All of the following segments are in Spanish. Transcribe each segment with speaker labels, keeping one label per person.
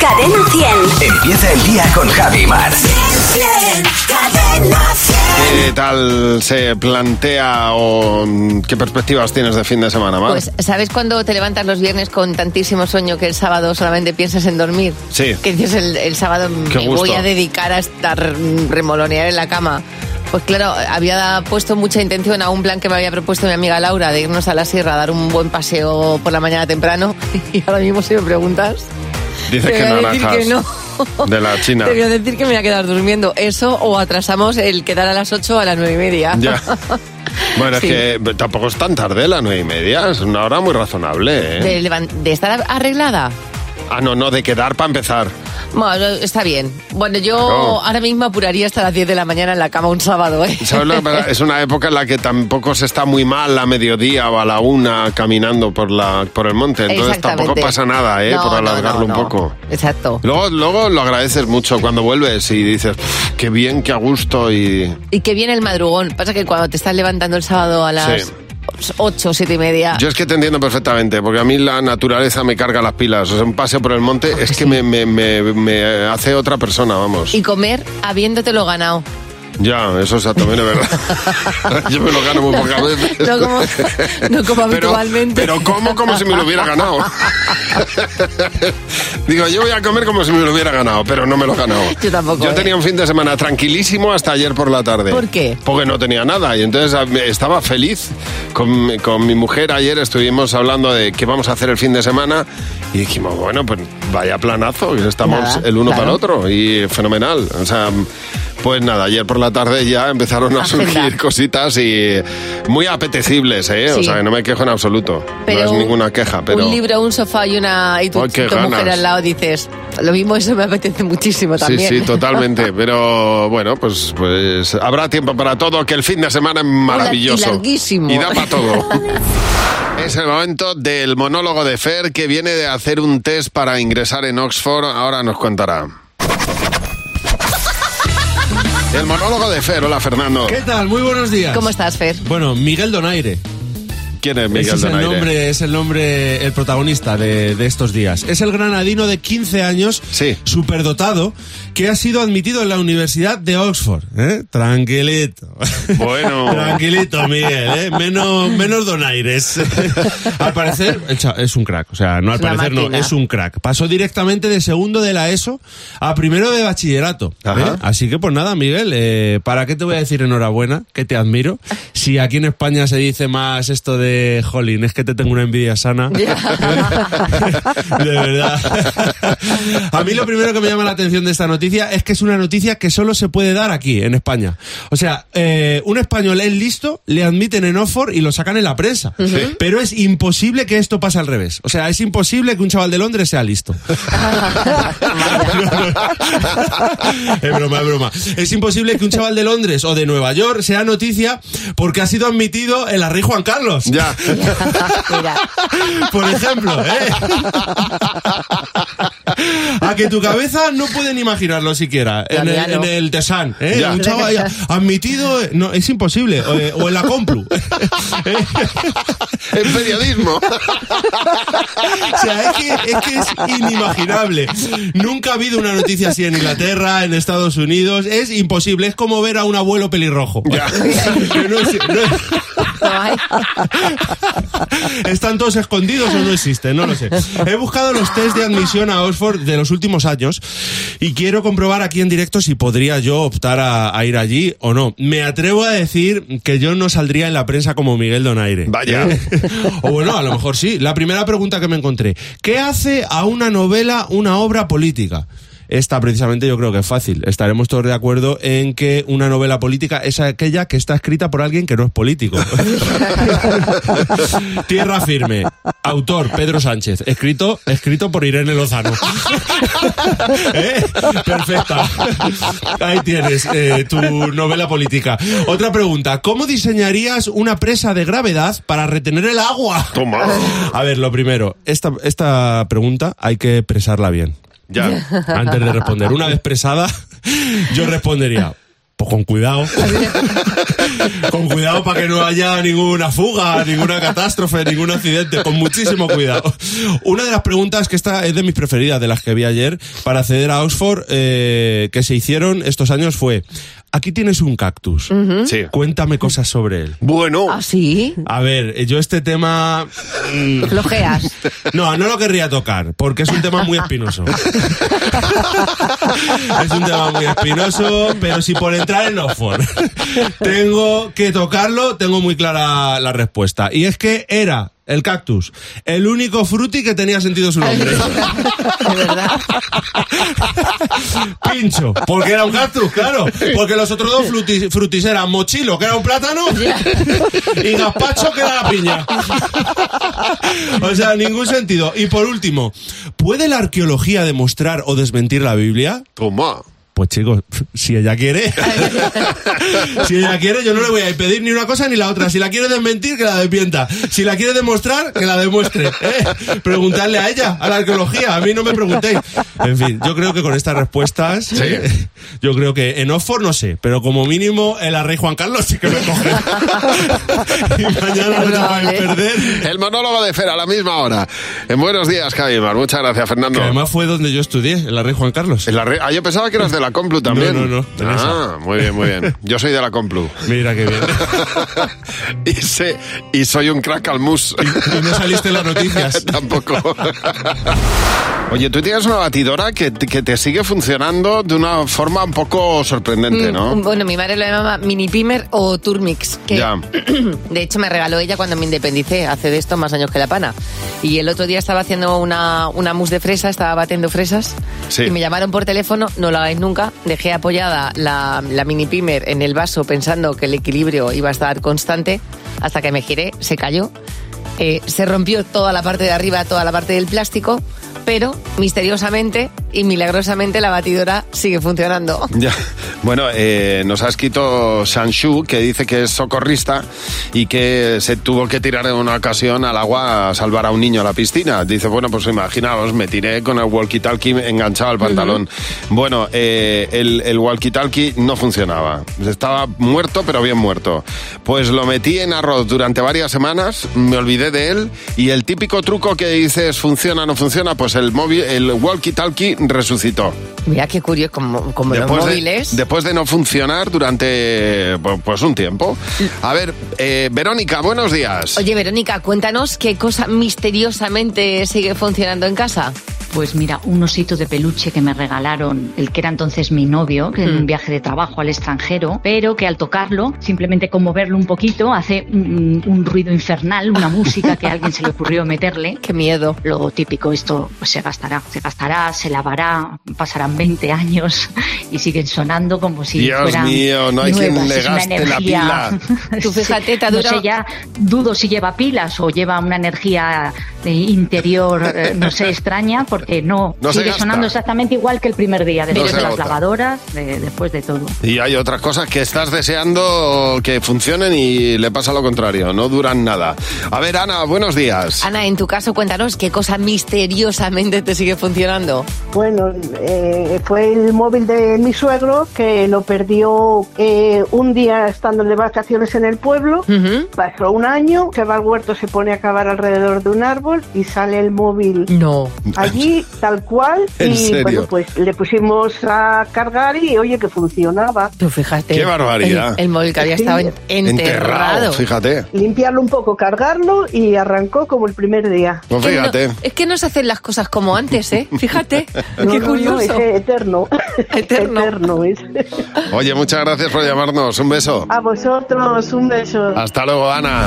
Speaker 1: Cadena 100.
Speaker 2: Empieza el día con Javi Mar.
Speaker 1: Cadena 100.
Speaker 3: ¿Qué tal se plantea o mm, qué perspectivas tienes de fin de semana, Mar?
Speaker 4: Pues, ¿sabes cuando te levantas los viernes con tantísimo sueño que el sábado solamente piensas en dormir?
Speaker 3: Sí.
Speaker 4: Que dices el, el sábado
Speaker 3: Qué
Speaker 4: me
Speaker 3: gusto.
Speaker 4: voy a dedicar a estar mm, remolonear en la cama. Pues claro, había puesto mucha intención a un plan que me había propuesto mi amiga Laura de irnos a la sierra a dar un buen paseo por la mañana temprano y ahora mismo si me preguntas
Speaker 3: Dices
Speaker 4: te
Speaker 3: que
Speaker 4: voy a decir
Speaker 3: naranjas.
Speaker 4: que no.
Speaker 3: De la China.
Speaker 4: Te voy a decir que me voy a quedar durmiendo. Eso o atrasamos el quedar a las 8 o a las 9 y media.
Speaker 3: Ya. Bueno,
Speaker 4: Sí.
Speaker 3: es que tampoco es tan tarde, la nueve y media. Es una hora muy razonable, ¿eh?
Speaker 4: De, levan- de estar arreglada.
Speaker 3: Ah, no, no, de quedar para empezar.
Speaker 4: Bueno, está bien. Bueno, yo
Speaker 3: Claro.
Speaker 4: ahora mismo apuraría hasta las 10 de la mañana en la cama un sábado, ¿eh?
Speaker 3: ¿Sabes lo que pasa? Es una época en la que tampoco se está muy mal a mediodía o a la una caminando por, la, por el monte. Entonces tampoco
Speaker 4: Exactamente.
Speaker 3: pasa nada, ¿eh?
Speaker 4: No,
Speaker 3: por
Speaker 4: no,
Speaker 3: alargarlo
Speaker 4: no,
Speaker 3: un
Speaker 4: no.
Speaker 3: poco.
Speaker 4: Exacto.
Speaker 3: Luego, luego lo agradeces mucho cuando vuelves y dices, "Pff, qué bien, qué a gusto y...
Speaker 4: Y que viene el madrugón. Pasa que cuando te estás levantando el sábado a las
Speaker 3: Sí.
Speaker 4: 8, 7 y media.
Speaker 3: Yo es que te entiendo perfectamente, porque a mí la naturaleza me carga las pilas. O sea, un paseo por el monte es que me, me- me- me hace otra persona, vamos.
Speaker 4: Y comer habiéndotelo ganado.
Speaker 3: Ya, eso es también es verdad. Yo me lo gano muy pocas veces.
Speaker 4: No como- no como habitualmente.
Speaker 3: Pero, pero como como si me lo hubiera ganado. Digo, yo voy a comer como si me lo hubiera ganado, pero no me lo he ganado.
Speaker 4: Yo tampoco,
Speaker 3: Yo
Speaker 4: ¿eh?
Speaker 3: tenía un fin de semana tranquilísimo hasta ayer por la tarde.
Speaker 4: ¿Por qué?
Speaker 3: Porque no tenía nada y entonces a- me- estaba feliz. Con, con mi mujer ayer estuvimos hablando de qué vamos a hacer el fin de semana y dijimos, bueno, pues vaya planazo, que estamos
Speaker 4: Nada,
Speaker 3: el uno
Speaker 4: claro.
Speaker 3: para el otro y fenomenal. O sea, pues nada, ayer por la tarde ya empezaron a
Speaker 4: Agenda.
Speaker 3: surgir cositas y muy apetecibles, ¿eh? O
Speaker 4: Sí.
Speaker 3: sea, que no me quejo en absoluto. no es ninguna queja, pero...
Speaker 4: Un libro, un sofá y una. Y tu,
Speaker 3: Ay, qué
Speaker 4: tu mujer
Speaker 3: ganas.
Speaker 4: al lado dices. Lo mismo, eso me apetece muchísimo también.
Speaker 3: Sí, sí, totalmente. Pero bueno, pues, pues habrá tiempo para todo, que el fin de semana es maravilloso.
Speaker 4: y larguísimo.
Speaker 3: Y da para todo. Es el momento del monólogo de Fer, que viene de hacer un test para ingresar en Oxford. Ahora nos contará. El monólogo de Fer. Hola, Fernando.
Speaker 5: ¿Qué tal? Muy buenos días.
Speaker 4: ¿Cómo estás, Fer?
Speaker 5: Bueno, Miguel Donaire.
Speaker 3: ¿Quién es
Speaker 5: Ese
Speaker 3: Miguel
Speaker 5: es, el
Speaker 3: Donaire?
Speaker 5: nombre, es el nombre, el protagonista de, de estos días. Es el granadino de 15 años,
Speaker 3: Sí.
Speaker 5: superdotado, que ha sido admitido en la Universidad de Oxford. ¿eh? Tranquilito.
Speaker 3: Bueno.
Speaker 5: Tranquilito, Miguel. ¿eh? Menos, menos donaires. al parecer, el cha- es un crack. O sea, no al
Speaker 4: Es una
Speaker 5: parecer, no,
Speaker 4: máquina.
Speaker 5: es un crack. Pasó directamente de segundo de la ESO a primero de bachillerato. ¿eh?
Speaker 3: Ajá.
Speaker 5: Así que pues nada, Miguel, eh, ¿para qué te voy a decir enhorabuena? Que te admiro. Si aquí en España se dice más esto de, jolín, es que te tengo una envidia sana. de verdad. A mí lo primero que me llama la atención de esta noticia es que es una noticia que solo se puede dar aquí, en España. O sea, eh, un español es listo, le admiten en Oxford y lo sacan en la prensa.
Speaker 3: Sí.
Speaker 5: Pero es imposible que esto pase al revés. O sea, es imposible que un chaval de Londres sea listo. es broma, es broma. Es imposible que un chaval de Londres o de Nueva York sea noticia porque ha sido admitido en la Rey Juan Carlos.
Speaker 3: Ya.
Speaker 4: Mira,
Speaker 5: Por ejemplo, ¿eh? A que tu cabeza no pueden imaginarlo siquiera.
Speaker 4: Ya,
Speaker 5: En el,
Speaker 4: ya no.
Speaker 5: en el Tesan, ¿eh?
Speaker 3: Ya.
Speaker 5: Un chaval ahí, admitido. eh, No, es imposible. O, eh, o en la Complu.
Speaker 3: En periodismo.
Speaker 5: O sea, es que, es que es inimaginable. Nunca ha habido una noticia así en Inglaterra, en Estados Unidos. Es imposible. Es como ver a un abuelo pelirrojo.
Speaker 3: Ya.
Speaker 5: Que no es- no es-
Speaker 4: no hay.
Speaker 5: ¿Están todos escondidos o no existen? No lo sé. He buscado los test de admisión a Oxford de los últimos años y quiero comprobar aquí en directo si podría yo optar a, a ir allí o no. Me atrevo a decir que yo no saldría en la prensa como Miguel Donaire. ¿eh?
Speaker 3: Vaya.
Speaker 5: o bueno, a lo mejor sí. La primera pregunta que me encontré. ¿Qué hace a una novela una obra política? Esta precisamente yo creo que es fácil. Estaremos todos de acuerdo en que una novela política es aquella que está escrita por alguien que no es político. Tierra firme. Autor Pedro Sánchez. Escrito, escrito por Irene Lozano. ¿Eh? Perfecta. Ahí tienes eh, tu novela política. Otra pregunta. ¿Cómo diseñarías una presa de gravedad para retener el agua?
Speaker 3: Toma.
Speaker 5: A ver, lo primero, esta, esta pregunta hay que expresarla bien.
Speaker 3: Ya.
Speaker 5: Antes de responder. Una vez expresada, yo respondería. Pues con cuidado. con cuidado para que no haya ninguna fuga, ninguna catástrofe, ningún accidente. Con muchísimo cuidado. Una de las preguntas que esta es de mis preferidas, de las que vi ayer, para acceder a Oxford, eh, que se hicieron estos años fue, aquí tienes un cactus.
Speaker 3: Sí.
Speaker 5: Cuéntame cosas sobre él.
Speaker 3: Bueno,
Speaker 4: ¿Ah, sí?
Speaker 5: A ver, eh, yo este tema... mm,
Speaker 4: Flojeas.
Speaker 5: no, no lo querría tocar, porque es un tema muy espinoso. es un tema muy espinoso, pero si por entrar en Oxford tengo que tocarlo, tengo muy clara la respuesta. Y es que era el cactus, el único fruti que tenía sentido su nombre.
Speaker 4: De verdad.
Speaker 5: Pincho, porque era un cactus, claro. Porque los otros dos frutis, frutis eran Mochilo, que era un plátano, y Gazpacho, que era la piña. O sea, ningún sentido. Y por último, ¿puede la arqueología demostrar o desmentir la Biblia?
Speaker 3: toma.
Speaker 5: Pues chicos, si ella quiere, si ella quiere, yo no le voy a impedir ni una cosa ni la otra. Si la quiere desmentir, que la desmienta. Si la quiere demostrar, que la demuestre. ¿eh? Preguntarle a ella, a la arqueología. A mí no me preguntéis. En fin, yo creo que con estas respuestas, yo creo que en Oxford no sé, pero como mínimo el rey Juan Carlos sí que me coge. y mañana no te vais
Speaker 4: ¿eh?
Speaker 5: a perder.
Speaker 3: El monólogo de Fer a la misma hora. En buenos días, Javimar. Muchas gracias, Fernando.
Speaker 5: Que además fue donde yo estudié, el rey Juan Carlos.
Speaker 3: En la re- Ah, yo pensaba que eras de la Complu también.
Speaker 5: No, no, no, en
Speaker 3: Ah, muy bien, muy bien. Yo soy de la Complu.
Speaker 5: Mira qué bien.
Speaker 3: y, sé- y soy un crack al mus.
Speaker 5: Y no saliste en las noticias.
Speaker 3: Tampoco. Oye, tú tienes una batidora que, te- que te sigue funcionando de una forma un poco sorprendente,
Speaker 4: Mm,
Speaker 3: ¿no?
Speaker 4: Bueno, mi madre lo llamaba mini pimer o turmix, que
Speaker 3: Ya.
Speaker 4: de hecho me regaló ella cuando me independicé, hace de esto más años que la pana. Y el otro día estaba haciendo una, una mousse de fresa, estaba batiendo fresas,
Speaker 3: Sí.
Speaker 4: y me llamaron por teléfono, no lo hagáis nunca, dejé apoyada la, la mini pimer en el vaso pensando que el equilibrio iba a estar constante, hasta que me giré, se cayó. Eh, se rompió toda la parte de arriba, toda la parte del plástico, pero misteriosamente y milagrosamente la batidora sigue funcionando.
Speaker 3: Ya. Bueno, eh, nos ha escrito Sanshu, que dice que es socorrista y que se tuvo que tirar en una ocasión al agua a salvar a un niño a la piscina. Dice, bueno, pues imaginaos, me tiré con el walkie-talkie enganchado al pantalón. Bueno, eh, el, el walkie-talkie no funcionaba. Estaba muerto, pero bien muerto. Pues lo metí en arroz durante varias semanas, me olvidé de él y el típico truco que dices, funciona, no funciona, pues el, móvil, el walkie-talkie resucitó.
Speaker 4: Mira qué curioso, como, como los móviles.
Speaker 3: De, después de no funcionar durante pu- pues un tiempo. A ver, eh, Verónica, buenos días.
Speaker 4: Oye, Verónica, cuéntanos qué cosa misteriosamente sigue funcionando en casa.
Speaker 1: Pues mira, un osito de peluche que me regalaron, el que era entonces mi novio, que en
Speaker 4: Mm.
Speaker 1: un viaje de trabajo al extranjero, pero que al tocarlo, simplemente conmoverlo un poquito, hace un, un ruido infernal, una música que a alguien se le ocurrió meterle.
Speaker 4: Qué miedo.
Speaker 1: Lo típico, esto pues, se gastará, se gastará, se lavará, pasarán 20 años y siguen sonando como si
Speaker 3: Dios
Speaker 1: fueran
Speaker 3: mío, no hay quien
Speaker 1: nuevas,
Speaker 3: le
Speaker 1: es una
Speaker 3: gaste la
Speaker 1: energía.
Speaker 4: pila. Tú fíjate, te ha
Speaker 1: No
Speaker 4: durado-
Speaker 1: sé, ya dudo si lleva pilas o lleva una energía eh, interior, eh, no sé, extraña, porque no,
Speaker 3: No se
Speaker 1: sigue
Speaker 3: gasta.
Speaker 1: sonando exactamente igual que el primer día, después
Speaker 3: se
Speaker 1: de las
Speaker 3: agota.
Speaker 1: lavadoras, de- después de todo.
Speaker 3: Y hay otras cosas que estás deseando que funcionen y le pasa lo contrario, no duran nada. A ver, Ana, buenos días.
Speaker 4: Ana, en tu caso, cuéntanos qué cosa misteriosamente te sigue funcionando.
Speaker 6: Bueno, eh, fue el móvil de mi suegro que lo perdió eh, un día estando de vacaciones en el pueblo.
Speaker 4: Ujú.
Speaker 6: Pasó un año, se va al huerto, se pone a cavar alrededor de un árbol y sale el móvil
Speaker 4: No.
Speaker 6: allí, tal cual.
Speaker 3: ¿En
Speaker 6: y
Speaker 3: serio?
Speaker 6: bueno, pues le pusimos a cargar y oye que funcionaba.
Speaker 4: Tú fíjate.
Speaker 3: Qué barbaridad.
Speaker 4: El, el móvil que había
Speaker 6: Sí.
Speaker 4: estado en- enterrado.
Speaker 3: fíjate.
Speaker 6: Limpiarlo un poco, cargarlo y arrancó como el primer día.
Speaker 3: Pues
Speaker 4: Que no-
Speaker 3: fíjate.
Speaker 4: es que no se hacen las cosas como antes, ¿eh? Fíjate.
Speaker 6: No,
Speaker 4: qué
Speaker 6: no, no,
Speaker 4: curioso.
Speaker 6: es eterno.
Speaker 4: Eterno.
Speaker 6: eterno es.
Speaker 3: Oye, muchas gracias por llamarnos. Un beso.
Speaker 6: A vosotros, un beso.
Speaker 3: Hasta luego, Ana.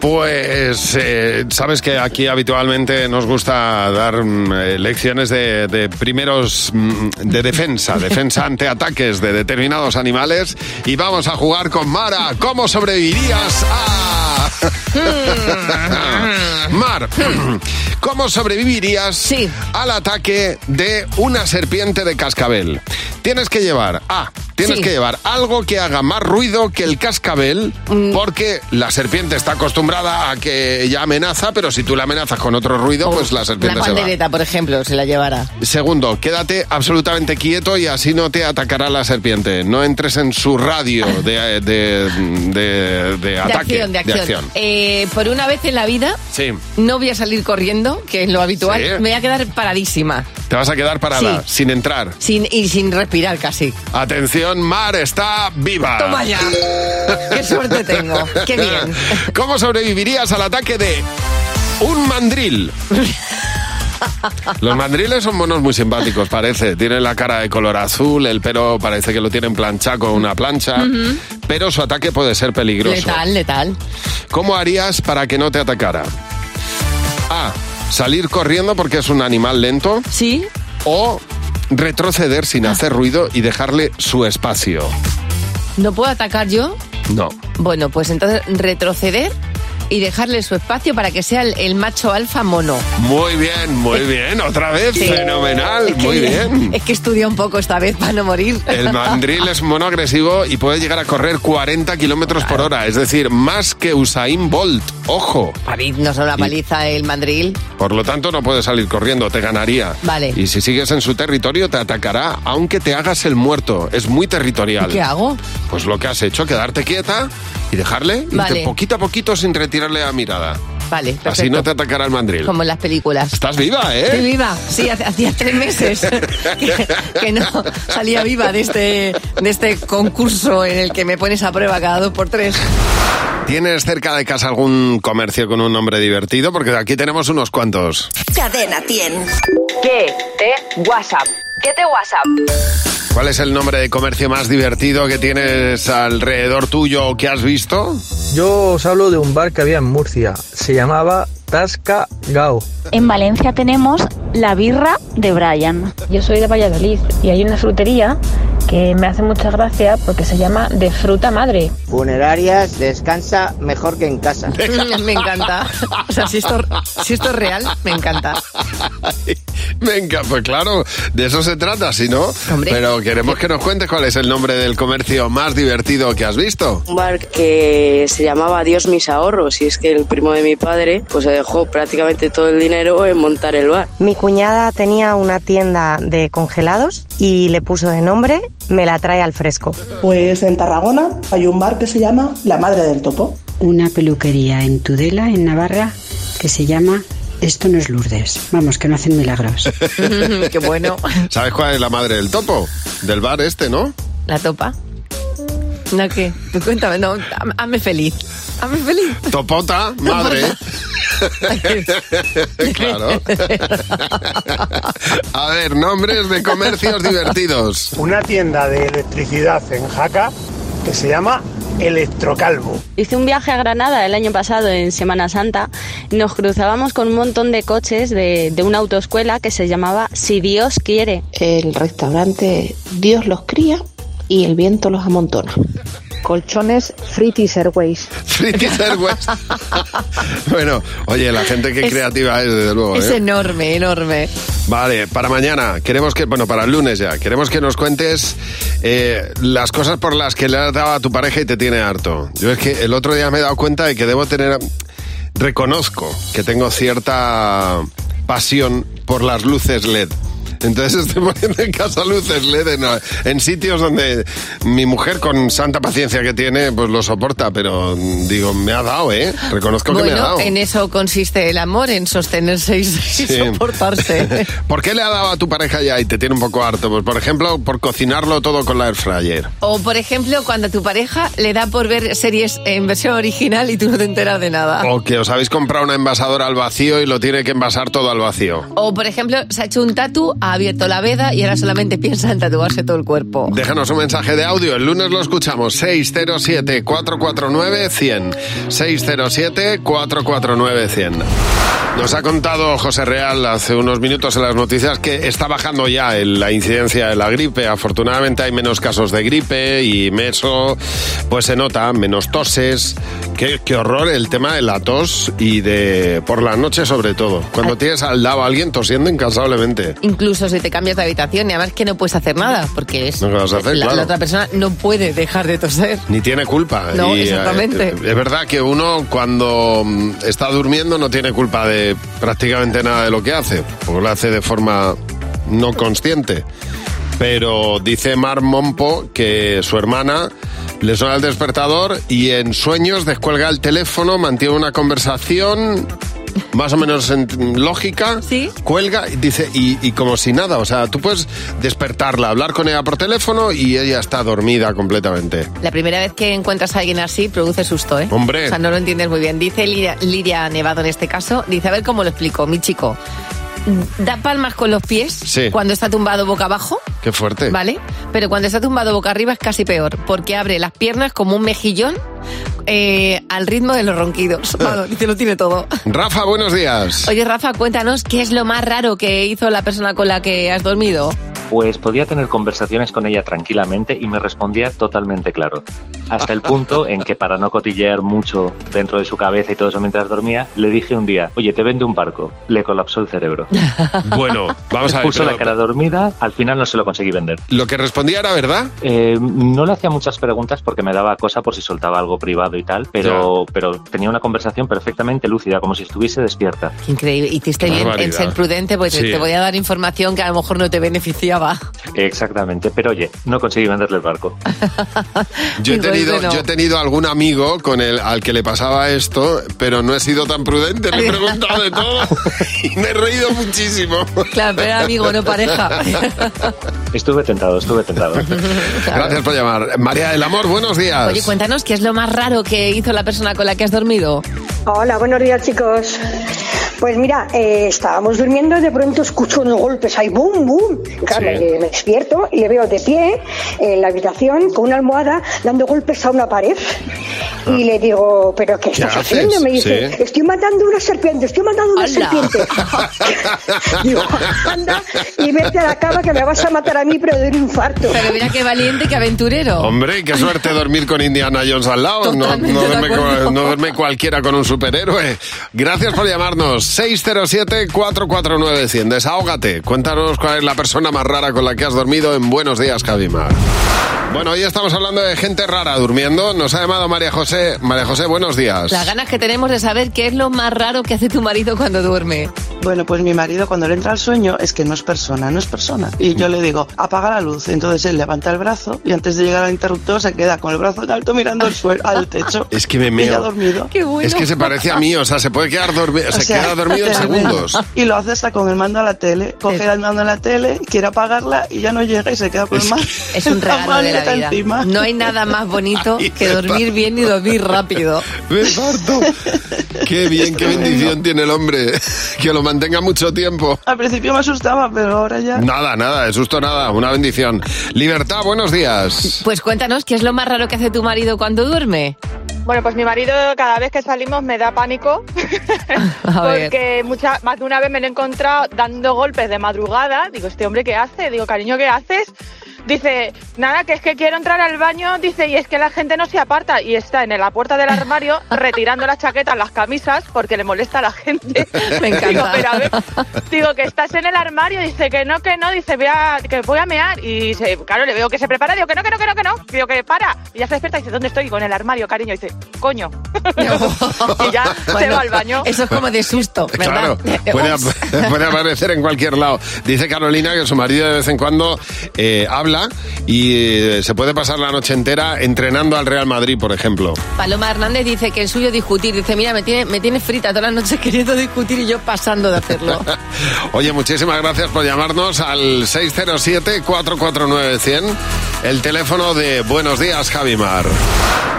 Speaker 3: Pues eh, sabes que aquí habitualmente nos gusta dar mm, eh, lecciones de, de primeros mm, de defensa, defensa ante ataques de determinados animales y vamos a jugar con Mara. ¿Cómo sobrevivirías a... Mar, ¿cómo sobrevivirías
Speaker 4: Sí.
Speaker 3: al ataque de una serpiente de cascabel? Tienes que llevar A. Tienes que llevar algo que haga más ruido que el cascabel,
Speaker 4: Mm.
Speaker 3: porque la serpiente está acostumbrada a que ya amenaza, pero si tú la amenazas con otro ruido, pues la
Speaker 4: Una
Speaker 3: serpiente se va.
Speaker 4: pandereta, por ejemplo, se la llevará.
Speaker 3: Segundo, quédate absolutamente quieto y así no te atacará la serpiente. No entres en su radio de, de- de- de ataque.
Speaker 4: de acción. Eh, por una vez en la vida
Speaker 3: Sí.
Speaker 4: no voy a salir corriendo, que es lo habitual.
Speaker 3: Sí.
Speaker 4: Me voy a quedar paradísima.
Speaker 3: Te vas a quedar parada, sin entrar.
Speaker 4: Sin, y sin respirar casi.
Speaker 3: Atención, Mar está viva.
Speaker 4: Toma ya. Qué suerte tengo. Qué bien.
Speaker 3: ¿Cómo sobrevivirías al ataque de un mandril? Los mandriles son monos muy simpáticos, parece. Tienen la cara de color azul, el pelo parece que lo tienen plancha con una plancha,
Speaker 4: Ujú.
Speaker 3: pero su ataque puede ser peligroso.
Speaker 4: Letal, letal.
Speaker 3: ¿Cómo harías para que no te atacara? A. Salir corriendo porque es un animal lento.
Speaker 4: Sí. Ah.
Speaker 3: O retroceder sin hacer ruido y dejarle su espacio.
Speaker 4: ¿No puedo atacar yo?
Speaker 3: No.
Speaker 4: Bueno, pues entonces retroceder y dejarle su espacio para que sea el, el macho alfa mono.
Speaker 3: Muy bien, muy bien. Otra vez,
Speaker 4: Sí.
Speaker 3: fenomenal.
Speaker 4: Es que-
Speaker 3: muy bien.
Speaker 4: Es que estudia un poco esta vez para no morir.
Speaker 3: El mandril es mono agresivo y puede llegar a correr 40 kilómetros por hora, es decir, más que Usain Bolt. Ojo.
Speaker 4: París nos da una paliza el mandril.
Speaker 3: Por lo tanto, no puedes salir corriendo, te ganaría.
Speaker 4: Vale.
Speaker 3: Y si sigues en su territorio, te atacará, aunque te hagas el muerto. Es muy territorial.
Speaker 4: ¿Qué hago?
Speaker 3: Pues lo que has hecho, quedarte quieta y dejarle irte
Speaker 4: Vale.
Speaker 3: poquito a poquito sin retirarle la mirada.
Speaker 4: Vale, perfecto.
Speaker 3: Así no te atacará el mandril.
Speaker 4: Como en las películas.
Speaker 3: Estás viva, ¿eh?
Speaker 4: Estoy viva, sí, hace- hacía tres meses que, que no salía viva de este, de este concurso en el que me pones a prueba cada dos por tres.
Speaker 3: ¿Tienes cerca de casa algún comercio con un nombre divertido? Porque aquí tenemos unos cuantos.
Speaker 7: Cadena 100. ¿Qué te WhatsApp? ¿Qué te WhatsApp?
Speaker 3: ¿Cuál es el nombre de comercio más divertido que tienes alrededor tuyo o que has visto?
Speaker 8: Yo os hablo de un bar que había en Murcia. Se llamaba Tasca Gao.
Speaker 9: En Valencia tenemos la birra de Brian. Yo soy de Valladolid y hay una frutería que me hace mucha gracia porque se llama de fruta madre.
Speaker 10: Funerarias descansa mejor que en casa.
Speaker 4: Mm, Me encanta. O sea, si esto, si esto es real, me encanta.
Speaker 3: Venga, pues claro, de eso se trata, si no. Pero queremos que nos cuentes cuál es el nombre del comercio más divertido que has visto.
Speaker 11: un bar que se llamaba Adiós mis ahorros y es que el primo de mi padre pues se dejó prácticamente todo el dinero en montar el bar.
Speaker 12: Mi cuñada tenía una tienda de congelados y le puso de nombre Me la trae al fresco.
Speaker 13: Pues en Tarragona hay un bar que se llama La Madre del Topo.
Speaker 14: una peluquería en Tudela, en Navarra, que se llama Esto no es Lourdes. Vamos, que no hacen milagros.
Speaker 4: Qué bueno.
Speaker 3: ¿Sabes cuál es la madre del topo? Del bar este, ¿no?
Speaker 4: La topa. No, ¿qué? Tú cuéntame, no, ha- hazme feliz. Hazme feliz.
Speaker 3: Topota, madre. claro. A ver, nombres de comercios divertidos.
Speaker 15: Una tienda de electricidad ¿eh? en Jaca que se llama Electrocalvo.
Speaker 16: Hice un viaje a Granada el año pasado en Semana Santa. Nos cruzábamos con un montón de coches de, de una autoescuela que se llamaba Si Dios quiere.
Speaker 17: El restaurante Dios los cría y el viento los amontona. Colchones Fritis
Speaker 4: Pues,
Speaker 17: Airways.
Speaker 3: Fritis Airways. Bueno, oye, la gente que
Speaker 4: Es-
Speaker 3: creativa es, desde luego.
Speaker 4: Es
Speaker 3: ¿eh?
Speaker 4: enorme, enorme.
Speaker 3: Vale, para mañana, queremos que, bueno, para el lunes ya, queremos que nos cuentes eh, las cosas por las que le has dado a tu pareja y te tiene harto. Yo es que el otro día me he dado cuenta de que debo tener, reconozco que tengo cierta pasión por las luces LED. Entonces estoy poniendo en casa luces LED en, en sitios donde mi mujer con santa paciencia que tiene, pues lo soporta, pero mm, digo, me ha dado, ¿eh? Reconozco que me ha
Speaker 4: Bueno,
Speaker 3: dado.
Speaker 4: en eso consiste el amor, en sostenerse y, y soportarse.
Speaker 3: ¿Por qué le ha dado a tu pareja ya y te tiene un poco harto? Pues por ejemplo, por cocinarlo todo con la air fryer.
Speaker 4: O, por ejemplo, cuando a tu pareja le da por ver series en versión original y tú no te enteras de nada.
Speaker 3: O que os habéis comprado una envasadora al vacío y lo tiene que envasar todo al vacío.
Speaker 4: O, por ejemplo, se ha hecho un tatu, ha abierto la veda y ahora solamente piensa en tatuarse todo el cuerpo.
Speaker 3: Déjanos un mensaje de audio, el lunes lo escuchamos. 607-449-100. 607-449-100. Nos ha contado José Real hace unos minutos en las noticias que está bajando ya el- la incidencia de la gripe. Afortunadamente hay menos casos de gripe y eso pues se nota, menos toses. Qué, qué horror el tema de la tos y de por la noche sobre todo. Cuando tienes al lado a alguien tosiendo incansablemente.
Speaker 4: Incluso si te cambias de habitación y además que no puedes hacer nada, porque es
Speaker 3: No, ¿qué vas a hacer?
Speaker 4: la,
Speaker 3: Claro.
Speaker 4: la otra persona no puede dejar de toser.
Speaker 3: Ni tiene culpa.
Speaker 4: No,
Speaker 3: eh,
Speaker 4: exactamente.
Speaker 3: eh, es verdad que uno cuando mm, está durmiendo no tiene culpa de prácticamente nada de lo que hace, porque lo hace de forma no consciente. Pero dice Mar Mompo que su hermana le suena el despertador y en sueños descuelga el teléfono, mantiene una conversación más o menos en- lógica, cuelga y dice, y, y como si nada, o sea, tú puedes despertarla, hablar con ella por teléfono y ella está dormida completamente.
Speaker 4: La primera vez que encuentras a alguien así produce susto, ¿eh?
Speaker 3: Hombre.
Speaker 4: O sea, no lo entiendes muy bien. Dice Lidia, Lidia Nevado en este caso, dice, a ver cómo lo explico, mi chico. Da palmas con los pies
Speaker 3: Sí.
Speaker 4: cuando está tumbado boca abajo,
Speaker 3: Qué fuerte.
Speaker 4: ¿vale? Pero cuando está tumbado boca arriba es casi peor, porque abre las piernas como un mejillón eh, al ritmo de los
Speaker 3: Eh.
Speaker 4: ronquidos. Vamos, dice, lo tiene todo.
Speaker 3: Rafa, buenos días.
Speaker 4: Oye, Rafa, cuéntanos qué es lo más raro que hizo la persona con la que has dormido.
Speaker 18: Pues podía tener conversaciones con ella tranquilamente y me respondía totalmente claro. Hasta el punto en que para no cotillear mucho dentro de su cabeza y todo eso mientras dormía, le dije un día, oye, te vende un barco. Le colapsó el cerebro.
Speaker 3: Bueno, vamos a ver.
Speaker 18: Puso
Speaker 3: pero
Speaker 18: la cara dormida, al final no se lo conseguí vender.
Speaker 3: Lo que respondía era verdad.
Speaker 18: Eh, no le hacía muchas preguntas porque me daba cosa por si soltaba algo privado y tal, pero, pero tenía una conversación perfectamente lúcida, como si estuviese despierta.
Speaker 4: Increíble, hiciste
Speaker 18: Qué
Speaker 4: bien en
Speaker 18: barbaridad.
Speaker 4: ser prudente, pues
Speaker 18: Sí.
Speaker 4: te voy a dar información que a lo mejor no te beneficiaba.
Speaker 18: Exactamente, pero oye, no conseguí venderle el barco.
Speaker 3: Yo he,
Speaker 18: Digo,
Speaker 3: tenido,
Speaker 18: bueno.
Speaker 3: yo he tenido algún amigo con el al que le pasaba esto, pero no he sido tan prudente. Le he preguntado de todo y me he reído muchísimo.
Speaker 4: Claro, pero era amigo, no pareja.
Speaker 18: Estuve tentado, estuve tentado.
Speaker 3: Gracias por llamar. María del Amor, buenos días.
Speaker 4: Oye, cuéntanos qué es lo más raro que hizo la persona con la que has dormido.
Speaker 19: Hola, buenos días chicos. Pues mira, eh, estábamos durmiendo y de pronto escucho unos golpes ahí, boom, boom. Claro, eh,
Speaker 20: Sí.
Speaker 19: me, me despierto y le veo de pie en la habitación con una almohada dando golpes a una pared. Y le digo, ¿pero qué estás
Speaker 20: Ah. haces?
Speaker 19: haciendo? Me dice,
Speaker 20: Sí.
Speaker 19: estoy matando una serpiente, estoy matando una serpiente. digo, anda y vete a la cama que me vas a matar a mí, pero de un infarto.
Speaker 4: Pero mira qué valiente, qué aventurero.
Speaker 3: Hombre, qué suerte dormir con Indiana Jones al lado. No,
Speaker 4: Totalmente
Speaker 3: no
Speaker 4: de
Speaker 3: duerme,
Speaker 4: acuerdo.
Speaker 3: con- no duerme cualquiera con un superhéroe. Gracias por llamarnos. 607-449-100. Desahógate. Cuéntanos cuál es la persona más rara con la que has dormido en Buenos Días, Javimar. Bueno, hoy estamos hablando de gente rara durmiendo. Nos ha llamado María José. María José, buenos días.
Speaker 4: Las ganas que tenemos de saber qué es lo más raro que hace tu marido cuando duerme.
Speaker 20: Bueno, pues mi marido cuando le entra el sueño es que no es persona, no es persona. Y yo le digo, apaga la luz. Entonces él levanta el brazo y antes de llegar al interruptor se queda con el brazo en alto mirando al suelo, al techo.
Speaker 3: Es que me
Speaker 20: Y ya ha
Speaker 3: meo.
Speaker 20: dormido.
Speaker 3: Es que se parece a mí, o sea, se puede quedar dormido,
Speaker 20: O
Speaker 3: se
Speaker 20: sea,
Speaker 3: queda dormido en
Speaker 20: tremendo.
Speaker 3: segundos.
Speaker 20: Y lo hace hasta con el mando a la tele. Coge el mando a la tele, quiere apagarla y ya no llega y se queda con el mando.
Speaker 4: Es un regalo de la vida.
Speaker 20: encima.
Speaker 4: No hay nada más bonito que dormir bien y dormir rápido.
Speaker 3: Me parto. Qué bien, qué bendición tiene el hombre. Que lo mantenga mucho tiempo.
Speaker 20: Al principio me asustaba, pero ahora ya.
Speaker 3: Nada, nada, de susto nada, una bendición. Libertad, buenos días.
Speaker 4: Pues cuéntanos qué es lo más raro que hace tu marido cuando duerme.
Speaker 21: Bueno, pues mi marido cada vez que salimos me da pánico
Speaker 4: A ver.
Speaker 21: porque mucha, más de una vez me lo he encontrado dando golpes de madrugada. Digo, ¿este hombre qué hace? Digo, cariño, ¿qué haces? Dice, nada, que es que quiero entrar al baño. Dice, y es que la gente no se aparta. Y está en la puerta del armario retirando las chaquetas, las camisas, porque le molesta a la gente.
Speaker 4: Me encanta.
Speaker 21: Digo, pero a ver, digo, que estás en el armario. Dice, que no, que no. Dice, voy a, que voy a mear. Y se- claro, le veo que se prepara. Digo, que no, que no, que no, que no. Digo, que para. Y ya se despierta y dice, ¿dónde estoy? Digo, en el armario, cariño. Y dice, coño. y ya se
Speaker 4: Bueno,
Speaker 21: va al baño.
Speaker 4: Eso es como de susto, ¿verdad?
Speaker 3: Claro,
Speaker 4: Eh,
Speaker 3: puede, ap- puede aparecer en cualquier lado. Dice Carolina que su marido de vez en cuando eh, habla y eh, se puede pasar la noche entera entrenando al Real Madrid, por ejemplo.
Speaker 4: Paloma Hernández dice que el suyo discutir. Dice, mira, me tiene, me tiene frita todas las noches queriendo discutir y yo pasando de hacerlo.
Speaker 3: Oye, muchísimas gracias por llamarnos al 607-449-100, el teléfono de Buenos Días, Javimar.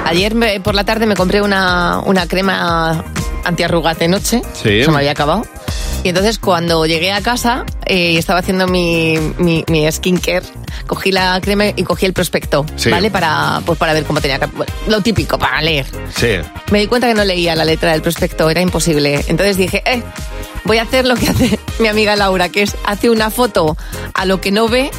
Speaker 4: Ayer me- por la tarde me compré una, una crema antiarrugas de noche.
Speaker 3: Sí.
Speaker 4: Se me había acabado. Y entonces cuando llegué a casa eh, y estaba haciendo mi, mi, mi skincare, cogí la crema y cogí el prospecto,
Speaker 3: Sí.
Speaker 4: ¿vale? Para, pues para ver cómo tenía que... bueno, lo típico, para leer.
Speaker 3: Sí.
Speaker 4: Me di cuenta que no leía la letra del prospecto, era imposible. Entonces dije, eh, voy a hacer lo que hace mi amiga Laura, que es hace una foto a lo que no ve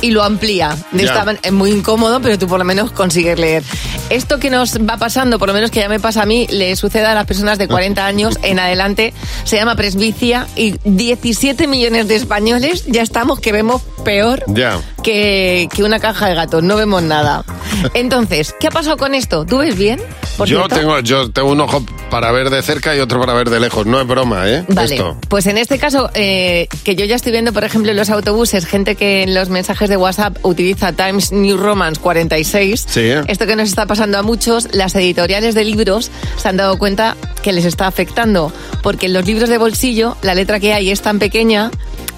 Speaker 4: y lo amplía. De
Speaker 2: Ya.
Speaker 4: esta man- es muy incómodo, pero tú por lo menos consigues leer. Esto que nos va pasando, por lo menos que ya me pasa a mí, le sucede a las personas de 40 años en adelante, se llama presbicia y 17 millones de españoles ya estamos que vemos peor
Speaker 3: Ya.
Speaker 4: que, que una caja de gatos, no vemos nada. Entonces, ¿qué ha pasado con esto? ¿Tú ves bien? por
Speaker 3: Yo
Speaker 4: cierto?
Speaker 3: tengo, yo tengo un ojo para ver de cerca y otro para ver de lejos. No es broma, ¿eh?
Speaker 4: Vale,
Speaker 3: Esto.
Speaker 4: pues en este caso, eh, que yo ya estoy viendo, por ejemplo, en los autobuses, gente que en los mensajes de WhatsApp utiliza Times New Romance 46.
Speaker 3: Sí.
Speaker 4: Esto que nos está pasando a muchos, las editoriales de libros se han dado cuenta que les está afectando, porque en los libros de bolsillo la letra que hay es tan pequeña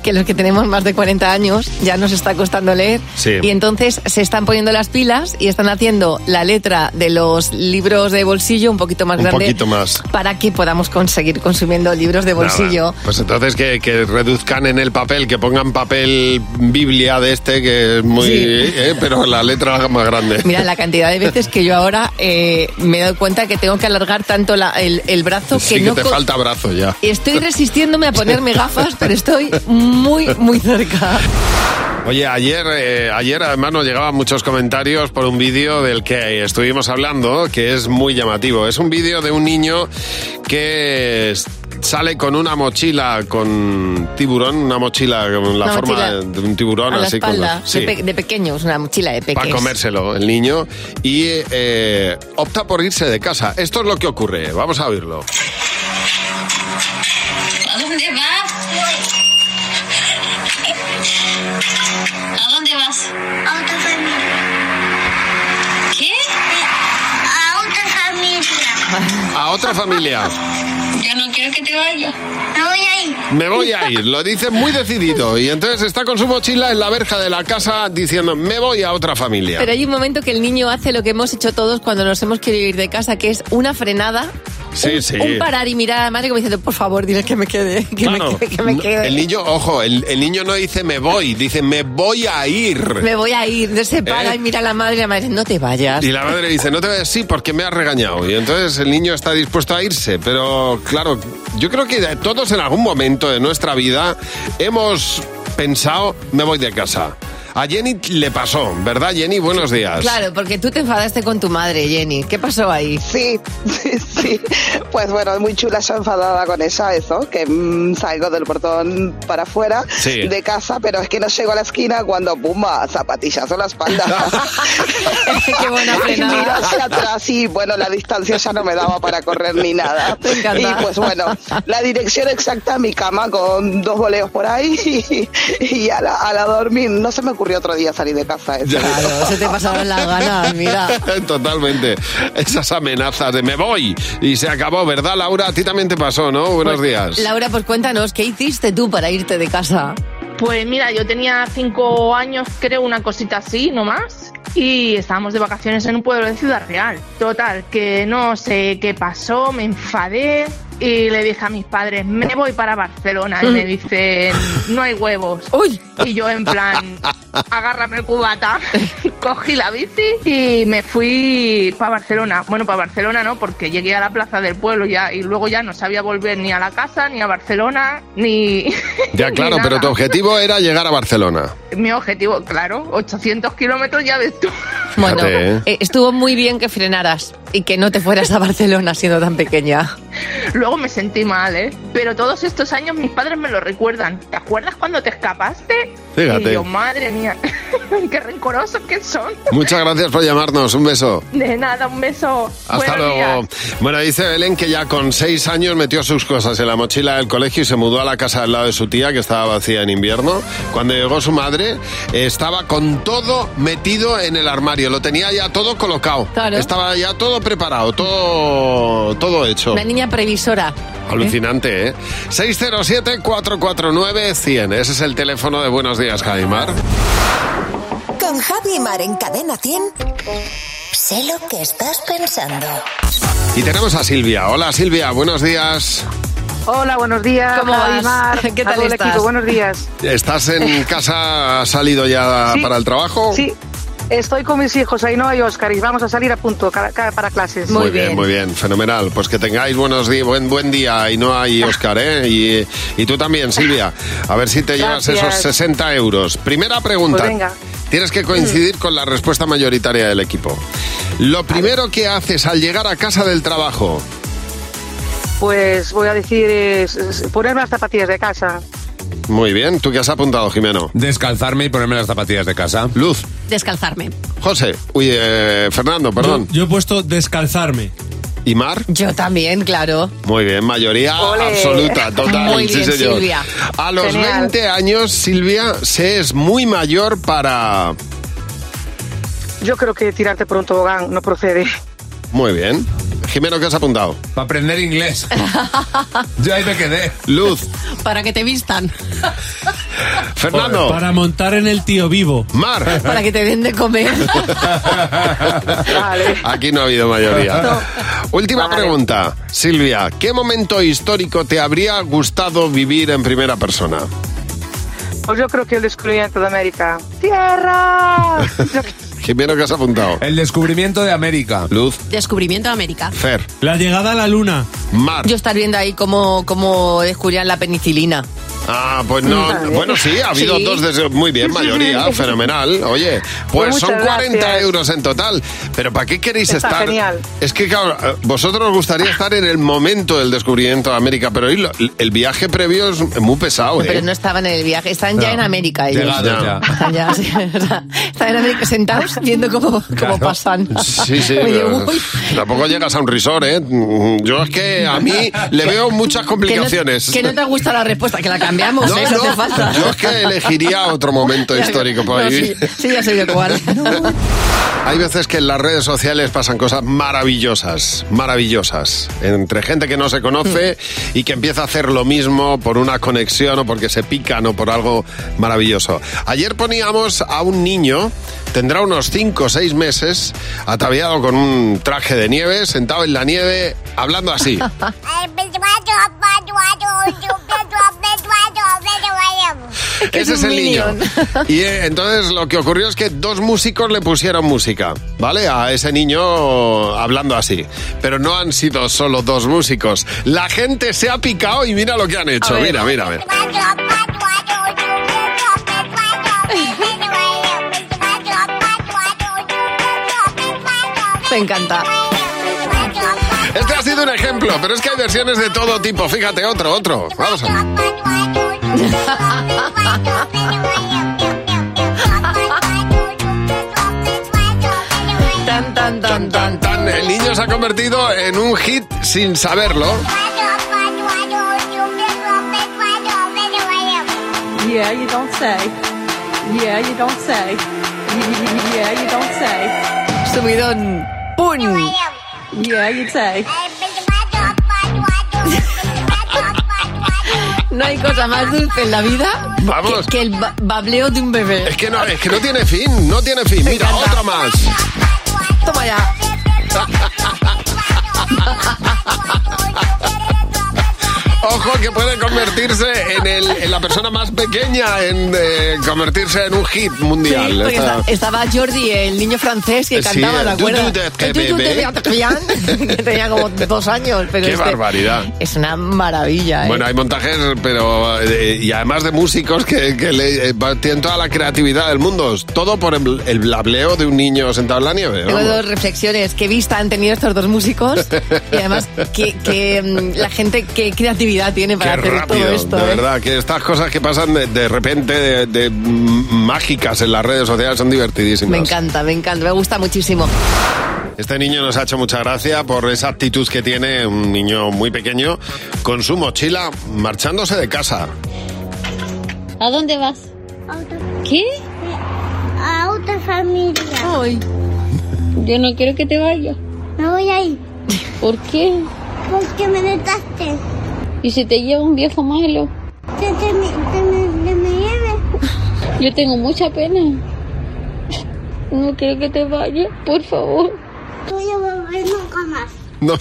Speaker 4: que los que tenemos más de 40 años ya nos está costando leer
Speaker 2: Sí.
Speaker 4: y entonces se están poniendo las pilas y están haciendo la letra de los libros de bolsillo un poquito más
Speaker 3: Un
Speaker 4: grande
Speaker 3: poquito más.
Speaker 4: para que podamos conseguir consumiendo libros de este bolsillo.
Speaker 3: Nada. Pues entonces que, que reduzcan en el papel, que pongan papel Biblia de este, que es muy.
Speaker 4: Sí.
Speaker 3: ¿eh? Pero la letra la hagan más grande.
Speaker 4: Mira la cantidad de veces que yo ahora eh, me doy cuenta que tengo que alargar tanto la- el, el brazo que
Speaker 3: Sí que
Speaker 4: no...
Speaker 3: te
Speaker 4: co-
Speaker 3: falta brazo ya.
Speaker 4: Estoy resistiéndome a ponerme gafas, pero estoy muy, muy cerca.
Speaker 3: Oye, ayer, eh, ayer además nos llegaban muchos comentarios por un vídeo del que estuvimos hablando, que es muy llamativo. Es un vídeo de un niño que es- sale con una mochila con tiburón, una mochila con la
Speaker 4: Una
Speaker 3: forma
Speaker 4: mochila
Speaker 3: de un tiburón,
Speaker 4: a la
Speaker 3: así
Speaker 4: espalda,
Speaker 3: con los- sí.
Speaker 4: de, pe- de pequeños, una mochila de
Speaker 3: para
Speaker 4: pequeños.
Speaker 3: comérselo el niño y eh, opta por irse de casa. Esto es lo que ocurre, vamos a oírlo.
Speaker 2: ¿A dónde vas? ¿A dónde vas? A otra familia. ¿Qué? A otra familia.
Speaker 3: A otra familia.
Speaker 2: Yo no quiero que te vayas. Me voy a ir.
Speaker 3: Me voy a ir, lo dice muy decidido. Y entonces está con su mochila en la verja de la casa diciendo, me voy a otra familia.
Speaker 4: Pero hay un momento que el niño hace lo que hemos hecho todos cuando nos hemos querido ir de casa, que es una frenada,
Speaker 3: sí, sí.
Speaker 4: un parar y mirar a la madre como diciendo, por favor, dile que me quede, que
Speaker 3: Claro.
Speaker 4: me quede, que me quede.
Speaker 3: El niño, ojo, el, el niño no dice me voy, dice me voy a ir.
Speaker 4: Me voy a ir, no se para
Speaker 3: ¿Eh?
Speaker 4: y mira a la madre, la madre, no te vayas.
Speaker 3: Y la madre dice, no te vayas, sí, porque me has regañado. Y entonces el niño está dispuesto a irse. Pero claro, yo creo que todos en algún momento de nuestra vida hemos pensado, me voy de casa. A Jenny le pasó, ¿verdad Jenny? Buenos días.
Speaker 4: Claro, porque tú te enfadaste con tu madre, Jenny. ¿Qué pasó ahí?
Speaker 22: Sí, sí. Pues bueno, muy chula, está enfadada con ella, eso, que mm, salgo del portón para afuera
Speaker 2: Sí.
Speaker 22: de casa, pero es que no llego a la esquina cuando, pumba, zapatillas a la espalda.
Speaker 4: Qué buena
Speaker 22: frenada. Miro hacia atrás y, bueno, la distancia ya no me daba para correr ni nada.
Speaker 2: Me encanta.
Speaker 22: Y pues bueno, la dirección exacta a mi cama con dos boleos por ahí y, y a, la, a la dormir. No se me ocurrió otro día salir de casa. eso.
Speaker 4: Claro, se te pasaron las ganas, mira.
Speaker 3: Totalmente. Esas amenazas de me voy y se acabó, ¿verdad Laura? A ti también te pasó, ¿no? Buenos días.
Speaker 4: Laura, pues cuéntanos, ¿qué hiciste tú para irte de casa?
Speaker 21: Pues mira, yo tenía cinco años, creo, una cosita así, no más. Y estábamos de vacaciones en un pueblo de Ciudad Real. Total, que no sé qué pasó, me enfadé y le dije a mis padres, me voy para Barcelona. Y me dicen, no hay huevos. Y yo en plan, agárrame el cubata. Cogí la bici y me fui para Barcelona. Bueno, para Barcelona no, porque llegué a la plaza del pueblo ya y luego ya no sabía volver ni a la casa, ni a Barcelona, ni...
Speaker 3: Ya
Speaker 21: ni
Speaker 3: claro,
Speaker 21: nada.
Speaker 3: pero tu objetivo era llegar a Barcelona.
Speaker 21: Mi objetivo, claro, 800 kilómetros, ya ves tú.
Speaker 4: Bueno,
Speaker 3: Fíjate, ¿eh?
Speaker 4: eh, estuvo muy bien que frenaras y que no te fueras a Barcelona siendo tan pequeña.
Speaker 21: Luego me sentí mal, ¿eh? Pero todos estos años mis padres me lo recuerdan. ¿Te acuerdas cuando te escapaste?
Speaker 3: Fíjate.
Speaker 21: Y yo, madre mía, qué rencorosos que son.
Speaker 3: Muchas gracias por llamarnos, un beso.
Speaker 21: De nada, un beso.
Speaker 3: Hasta
Speaker 21: Buenos
Speaker 3: luego.
Speaker 21: días.
Speaker 3: Bueno, dice Belén que ya con seis años metió sus cosas en la mochila del colegio y se mudó a la casa al lado de su tía, que estaba vacía en invierno. Cuando llegó su madre, eh, estaba con todo metido en el armario. Lo tenía ya todo colocado. Estaba ya todo preparado, todo, todo hecho.
Speaker 4: Una niña previsora.
Speaker 3: Alucinante, ¿eh? 607-449-100. Ese es el teléfono de Buenos Días, Jaimar.
Speaker 23: Con Javi y Mar en Cadena 100. Sé lo que estás pensando.
Speaker 3: Y tenemos a Silvia. Hola, Silvia, buenos días.
Speaker 1: Hola, buenos días.
Speaker 4: ¿Cómo
Speaker 1: Javi,
Speaker 4: vas?
Speaker 1: Mar,
Speaker 4: ¿Qué tal
Speaker 1: a todo el
Speaker 4: estás?
Speaker 1: equipo, buenos días.
Speaker 3: ¿Estás en casa? ¿Has salido ya
Speaker 1: Sí.
Speaker 3: para el trabajo?
Speaker 1: Sí, estoy con mis hijos, Ainhoa y Óscar, y vamos a salir a punto ca- ca- para clases.
Speaker 3: Muy, bien, muy bien, fenomenal. Pues que tengáis buenos días, buen, buen día, Ainhoa y Óscar, ¿eh? Y, y tú también, Silvia. A ver si te llevas
Speaker 1: Gracias.
Speaker 3: esos 60 euros. Primera pregunta.
Speaker 1: Pues venga. Mm.
Speaker 3: Tienes que coincidir con la respuesta mayoritaria del equipo. Lo primero que haces al llegar a casa del trabajo.
Speaker 1: Pues voy a decir, es, es ponerme las zapatillas de casa.
Speaker 3: Muy bien, ¿tú qué has apuntado, Jimeno?
Speaker 5: Descalzarme y ponerme las zapatillas de casa.
Speaker 3: Luz.
Speaker 4: Descalzarme.
Speaker 3: José. Uy, eh, Fernando, perdón.
Speaker 6: Yo he puesto descalzarme.
Speaker 3: ¿Y Mar?
Speaker 4: Yo también, claro.
Speaker 3: Muy bien, mayoría
Speaker 4: Ole.
Speaker 3: absoluta, total.
Speaker 4: Muy
Speaker 3: sí,
Speaker 4: bien,
Speaker 3: señor.
Speaker 4: Silvia.
Speaker 3: A los
Speaker 4: Genial.
Speaker 3: 20 años, Silvia, se es muy mayor para...
Speaker 1: Yo creo que tirarte por un tobogán no procede.
Speaker 3: Muy bien. Jimeno, ¿qué has apuntado?
Speaker 5: Para aprender inglés. Yo ahí me quedé.
Speaker 3: Luz.
Speaker 24: Para que te vistan.
Speaker 3: Fernando.
Speaker 6: Para montar en el tío vivo.
Speaker 3: Mar.
Speaker 4: Para que te den de comer.
Speaker 3: Aquí no ha habido mayoría.
Speaker 4: No.
Speaker 3: Última pregunta, Silvia. ¿Qué momento histórico te habría gustado vivir en primera persona?
Speaker 1: Pues yo creo que el descubrimiento de América. ¡Tierra!
Speaker 3: Jimeno, ¿qué has apuntado?
Speaker 5: El descubrimiento de América.
Speaker 3: Luz.
Speaker 4: Descubrimiento de América.
Speaker 3: Fer.
Speaker 6: La llegada a la luna.
Speaker 3: Mar.
Speaker 4: Yo estar viendo ahí cómo, cómo descubrían la penicilina.
Speaker 3: Ah, pues no.
Speaker 4: Vale.
Speaker 3: Bueno, sí, ha habido
Speaker 4: Sí.
Speaker 3: dos deseos. Muy bien, mayoría. fenomenal. Oye, pues,
Speaker 1: Pues
Speaker 3: son
Speaker 1: muchas
Speaker 3: 40
Speaker 1: gracias.
Speaker 3: euros en total. Pero ¿para qué queréis
Speaker 1: Está
Speaker 3: estar?
Speaker 1: genial.
Speaker 3: Es que, claro, eh, vosotros os gustaría estar en el momento del descubrimiento de América, pero hoy lo- el viaje previo es muy pesado, ¿eh?
Speaker 4: Pero no estaban en el viaje, están ya
Speaker 3: No.
Speaker 4: en América ellos.
Speaker 3: Llegados ya.
Speaker 4: Están ya, sí, o sea, están en América sentados viendo cómo, cómo
Speaker 3: Claro.
Speaker 4: pasan.
Speaker 3: Sí, sí.
Speaker 4: Oye,
Speaker 3: pero
Speaker 4: uy,
Speaker 3: Tampoco llegas a un resort, ¿eh? Yo es que a mí le veo muchas
Speaker 4: que no-
Speaker 3: complicaciones.
Speaker 4: Que no, te gusta la respuesta, que la cambiamos,
Speaker 3: No,
Speaker 4: ¿eh?
Speaker 3: no,
Speaker 4: no hace falta.
Speaker 3: Yo es que elegiría otro momento histórico para
Speaker 4: No,
Speaker 3: vivir.
Speaker 4: sí, sí, ya sé yo cuál.
Speaker 3: Hay veces que en las redes sociales pasan cosas maravillosas, maravillosas, entre gente que no se conoce y que empieza a hacer lo mismo por una conexión o porque se pican o por algo maravilloso. Ayer poníamos a un niño, tendrá unos 5 o 6 meses, ataviado con un traje de nieve, sentado en la nieve, hablando así. Ese es el niño. Y eh, entonces lo que ocurrió es que dos músicos le pusieron música, ¿vale? A ese niño hablando así. Pero no han sido solo dos músicos. La gente se ha picado y mira lo que han hecho.
Speaker 24: ver.
Speaker 3: Mira, mira, mira.
Speaker 4: Me encanta.
Speaker 3: Este ha sido un ejemplo, pero es que hay versiones de todo tipo. Fíjate, otro, otro. Vamos a ver.
Speaker 4: Tan, tan, tan, tan,
Speaker 3: tan. El niño se ha convertido en un hit sin saberlo.
Speaker 24: Yeah, you don't say. Yeah, you don't say. Yeah, you don't say.
Speaker 4: Subidón. ¡Pum!
Speaker 24: Yeah, you say.
Speaker 4: No hay cosa más dulce en la vida
Speaker 3: Vamos.
Speaker 4: que, que el ba- bableo de un bebé.
Speaker 3: Es que no, es que no tiene fin, no tiene fin. Mira, otra más.
Speaker 4: Toma ya.
Speaker 3: Ojo que puede convertirse en, el- en la persona más pequeña, en eh, convertirse en un hit mundial.
Speaker 4: Porque
Speaker 3: Esta-
Speaker 4: esta- estaba Jordi, el niño francés que
Speaker 3: Sí,
Speaker 4: cantaba, ¿te
Speaker 3: el
Speaker 4: acuerdas?
Speaker 3: Dudu de que
Speaker 4: El Dudu de
Speaker 3: bebé.
Speaker 4: Teatrillan, que tenía como dos años. Pero
Speaker 3: Qué
Speaker 4: este-
Speaker 3: barbaridad.
Speaker 4: Es una maravilla, ¿eh?
Speaker 3: Bueno, hay montajes, pero. eh, y además de músicos que, que le, eh, va- tienen toda la creatividad del mundo. Todo por el, el blableo de un niño sentado en la nieve.
Speaker 4: Tengo
Speaker 3: vamos.
Speaker 4: dos reflexiones. ¿Qué vista han tenido estos dos músicos? Y además, que, la gente, qué creatividad tiene para
Speaker 3: Qué
Speaker 4: hacer
Speaker 3: rápido,
Speaker 4: todo esto.
Speaker 3: de
Speaker 4: ¿eh?
Speaker 3: verdad, que estas cosas que pasan de, de repente de, de, mm, mágicas en las redes sociales son divertidísimas.
Speaker 4: Me encanta, me encanta, me gusta muchísimo.
Speaker 3: Este niño nos ha hecho mucha gracia por esa actitud que tiene un niño muy pequeño con su mochila marchándose de casa.
Speaker 25: ¿A dónde vas? ¿Qué? A otra familia. Yo no quiero que te vayas. No voy a ir. ¿Por qué? Porque me dejaste. ¿Y si te lleva un viejo malo? Que te me, lleve. Yo tengo mucha pena. No quiero que te vayas, por favor. No voy a volver nunca más.
Speaker 3: No,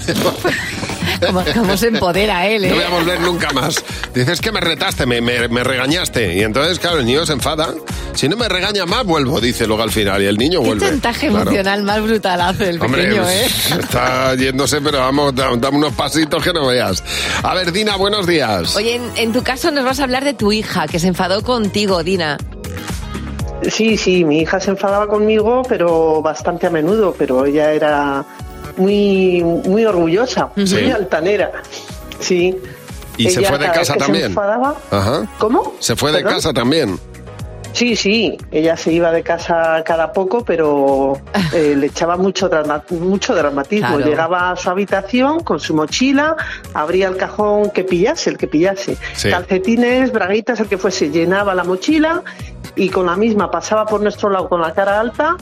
Speaker 4: Como, como se empodera él,
Speaker 3: No voy
Speaker 4: ¿eh?
Speaker 3: a volver nunca más. Dices que me retaste, me, me- me regañaste. Y entonces, claro, el niño se enfada. Si no me regaña más, vuelvo, dice luego al final. Y el niño
Speaker 4: Qué
Speaker 3: vuelve.
Speaker 4: chantaje
Speaker 3: Claro.
Speaker 4: emocional más brutal hace el
Speaker 3: Hombre,
Speaker 4: pequeño, ¿eh?
Speaker 3: está yéndose, pero vamos, da- dame unos pasitos que no veas. A ver, Dina, buenos días.
Speaker 4: Oye, en, en tu caso nos vas a hablar de tu hija, que se enfadó contigo, Dina.
Speaker 7: Sí, sí, mi hija se enfadaba conmigo, pero bastante a menudo, pero ella era muy, muy orgullosa,
Speaker 3: Sí.
Speaker 7: muy altanera. Sí.
Speaker 3: Y se
Speaker 7: Ella
Speaker 3: fue de
Speaker 7: cada vez
Speaker 3: casa
Speaker 7: que se
Speaker 3: también.
Speaker 7: enfadaba-
Speaker 3: Ajá.
Speaker 7: ¿Cómo?
Speaker 3: Se fue de
Speaker 7: ¿Perdón?
Speaker 3: casa también.
Speaker 7: Sí, sí, ella se iba de casa cada poco, pero eh, le echaba mucho, drama- mucho dramatismo.
Speaker 8: Claro.
Speaker 7: Llegaba a su habitación con su mochila, abría el cajón que pillase, el que pillase.
Speaker 8: Sí.
Speaker 7: Calcetines, braguitas, el que fuese, llenaba la mochila y con la misma pasaba por nuestro lado con la cara alta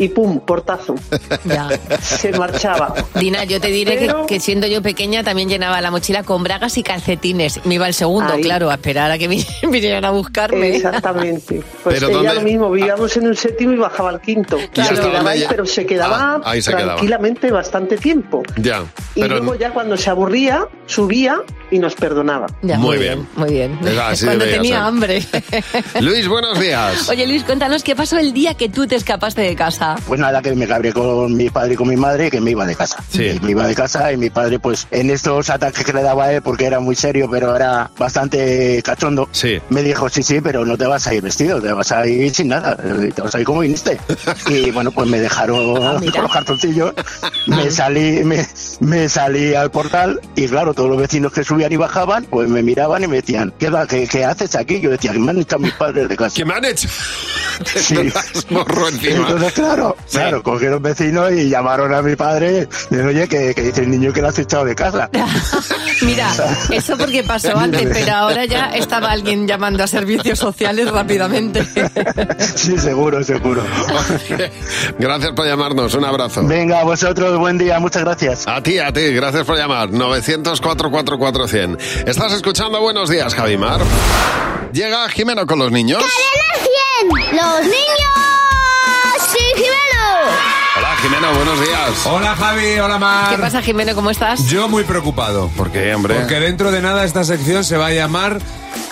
Speaker 7: y pum, portazo. Se marchaba.
Speaker 4: Dina, yo te diré
Speaker 7: Pero-
Speaker 4: que, que siendo yo pequeña también llenaba la mochila con bragas y calcetines. Me iba el segundo,
Speaker 7: Ahí.
Speaker 4: claro, a esperar a que vi- vinieran a buscarme.
Speaker 7: Exactamente. Pues
Speaker 4: Pero
Speaker 7: ella
Speaker 4: ¿dónde-
Speaker 7: lo mismo, vivíamos en un séptimo y bajaba al quinto.
Speaker 3: Claro. hasta
Speaker 7: Quedaba
Speaker 3: dónde
Speaker 7: ahí,
Speaker 3: ella-
Speaker 7: pero se quedaba
Speaker 3: Ah, ahí se quedaba.
Speaker 7: tranquilamente bastante tiempo.
Speaker 3: Ya.
Speaker 7: Y
Speaker 3: Pero
Speaker 7: luego ya cuando se aburría, subía y nos perdonaba.
Speaker 3: muy bien.
Speaker 4: Muy bien.
Speaker 3: Es así
Speaker 4: Cuando
Speaker 3: debería
Speaker 4: tenía
Speaker 3: ser.
Speaker 4: hambre.
Speaker 3: Luis, buenos días.
Speaker 4: Oye, Luis, cuéntanos qué pasó el día que tú te escapaste de casa.
Speaker 9: Pues nada, que me cabré con mi padre y con mi madre, que me iba de casa. Sí. Me iba de casa y mi padre, pues, en estos ataques que le daba a él, porque era muy serio, pero era bastante cachondo, me dijo, sí, sí, pero no te vas a ir vestido, te vas a ir sin nada, eh, te vas a ir como viniste. Y bueno, pues me dejaron con los cartoncillos, me salí, me, me salí al portal y claro, todos los vecinos que subían y bajaban, pues me miraban y me decían, ¿qué, va- qué, qué haces aquí? Yo decía, que me han echado mis padres de casa.
Speaker 3: ¿Qué me han hecho?
Speaker 9: Sí.
Speaker 3: Morro encima.
Speaker 9: Entonces, claro, claro, cogieron vecinos y llamaron a mi padre. Y dijeron, oye, que, que dice el niño que lo has echado de casa.
Speaker 4: Mira, eso porque pasó antes, pero ahora ya estaba alguien llamando a servicios sociales rápidamente.
Speaker 9: sí, seguro, seguro.
Speaker 3: Gracias por llamarnos. Un abrazo.
Speaker 9: Venga, a vosotros, buen día, muchas gracias.
Speaker 3: A ti, a ti. Gracias por llamar. 900-444-100. Estás escuchando Buenos Días, Javimar. Llega Jimeno con los niños.
Speaker 8: ¡Los niños! ¡Sí,
Speaker 3: Hola, Jimeno, buenos días.
Speaker 5: Hola, Javi, hola, Mar.
Speaker 4: ¿Qué pasa, Jimeno? ¿Cómo estás?
Speaker 5: Yo muy preocupado.
Speaker 3: ¿Por qué, hombre?
Speaker 5: Porque dentro de nada esta sección se va a llamar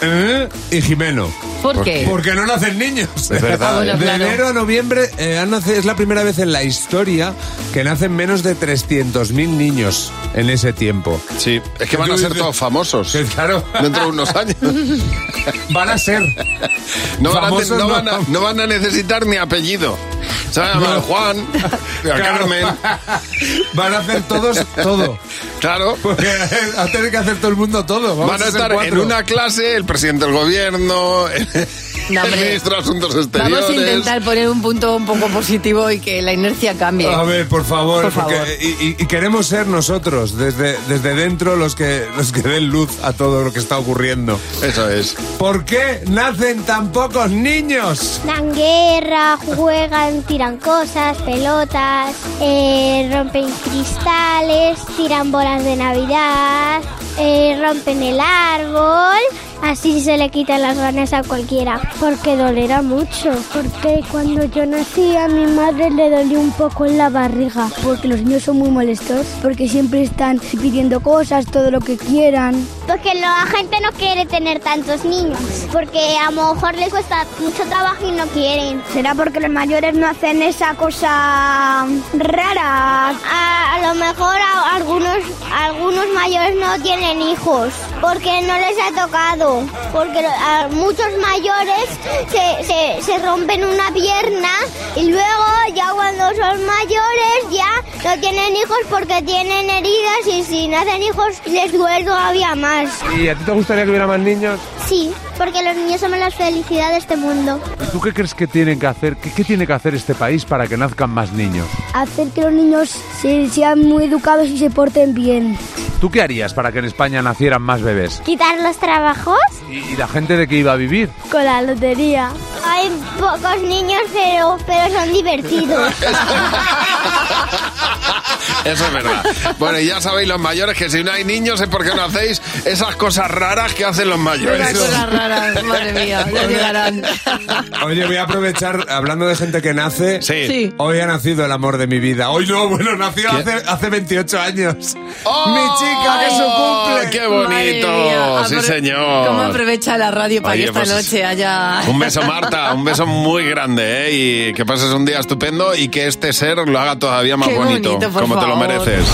Speaker 5: ¿eh? y Jimeno.
Speaker 4: ¿Por qué?
Speaker 5: Porque no nacen niños.
Speaker 3: Es verdad, Ah, bueno,
Speaker 5: de
Speaker 3: claro.
Speaker 5: enero a noviembre eh, han nace- es la primera vez en la historia que nacen menos de 300.000 niños en ese tiempo.
Speaker 3: Sí, es que van a ser todos famosos.
Speaker 5: Claro.
Speaker 3: Dentro de unos años.
Speaker 5: Van a ser.
Speaker 3: No van, a,
Speaker 5: Famosos
Speaker 3: no
Speaker 5: no.
Speaker 3: van a- no van a necesitar ni apellido. Se van a llamar
Speaker 5: No.
Speaker 3: Juan,
Speaker 5: Claro.
Speaker 3: Carmen.
Speaker 5: Van a hacer todos todo.
Speaker 3: Claro.
Speaker 5: Porque va a tener que hacer todo el mundo todo. Vamos
Speaker 3: van a
Speaker 5: ser
Speaker 3: estar en
Speaker 5: cuatro.
Speaker 3: una clase el presidente del gobierno, el,
Speaker 4: hombre.
Speaker 3: ministro de Asuntos Exteriores.
Speaker 4: Vamos a intentar poner un punto un poco positivo y que la inercia cambie.
Speaker 5: A ver, por favor,
Speaker 4: Por favor.
Speaker 5: porque- y, y- y queremos ser nosotros, desde, desde dentro, los que, los que den luz a todo lo que está ocurriendo.
Speaker 3: Eso es.
Speaker 5: ¿Por qué nacen tan pocos niños?
Speaker 8: Dan guerra, juegan, tiran cosas, pelotas, eh, rompen cristales, tiran bolas de Navidad, eh, rompen el árbol. Así se le quitan las ganas a cualquiera, porque dolerá mucho. Porque cuando yo nací a mi madre le dolió un poco en la barriga, porque los niños son muy molestos, porque siempre están pidiendo cosas, todo lo que quieran.
Speaker 10: Porque la gente no quiere tener tantos niños, porque a lo mejor les cuesta mucho trabajo y no quieren.
Speaker 8: ¿Será porque los mayores no hacen esa cosa rara?
Speaker 10: A, a lo mejor a- algunos, algunos mayores no tienen hijos, porque no les ha tocado, porque lo- a muchos mayores se, se- se rompen una pierna y luego ya cuando son mayores ya no tienen hijos porque tienen heridas y si no hacen hijos les duele todavía más.
Speaker 5: ¿Y a ti te gustaría que hubiera más niños?
Speaker 10: Sí, porque los niños somos la felicidad de este mundo.
Speaker 5: ¿Tú qué crees que tienen que hacer? ¿Qué, tiene que hacer este país para que nazcan más niños?
Speaker 10: Hacer que los niños se- sean muy educados y se porten bien.
Speaker 5: ¿Tú qué harías para que en España nacieran más bebés?
Speaker 10: ¿Quitar los trabajos?
Speaker 5: ¿Y, la gente de qué iba a vivir?
Speaker 10: Con la lotería. Hay pocos niños, pero, pero son divertidos.
Speaker 3: Eso es verdad. Bueno, y ya sabéis los mayores que si no hay niños es porque no hacéis esas cosas raras que hacen los mayores.
Speaker 4: Esas cosas raras, madre mía, ya llegarán.
Speaker 5: Oye, voy a aprovechar, hablando de gente que nace,
Speaker 4: Sí.
Speaker 5: hoy ha nacido el amor de mi vida. Hoy no, bueno, nació hace, hace 28 años.
Speaker 3: ¡Mi
Speaker 4: chica,
Speaker 5: que es su cumple!
Speaker 4: Madre mía,
Speaker 3: ¡Qué bonito! Sí,
Speaker 4: apro-
Speaker 3: señor.
Speaker 4: ¿Cómo aprovecha la radio para
Speaker 3: Oye,
Speaker 4: que esta
Speaker 3: pues,
Speaker 4: noche haya...
Speaker 3: Un beso, Marta, un beso muy grande, ¿eh? Y que pases un día estupendo y que este ser lo haga todavía más
Speaker 4: Qué
Speaker 3: bonito,
Speaker 4: bonito, por
Speaker 3: como te lo
Speaker 4: favor.
Speaker 3: mereces.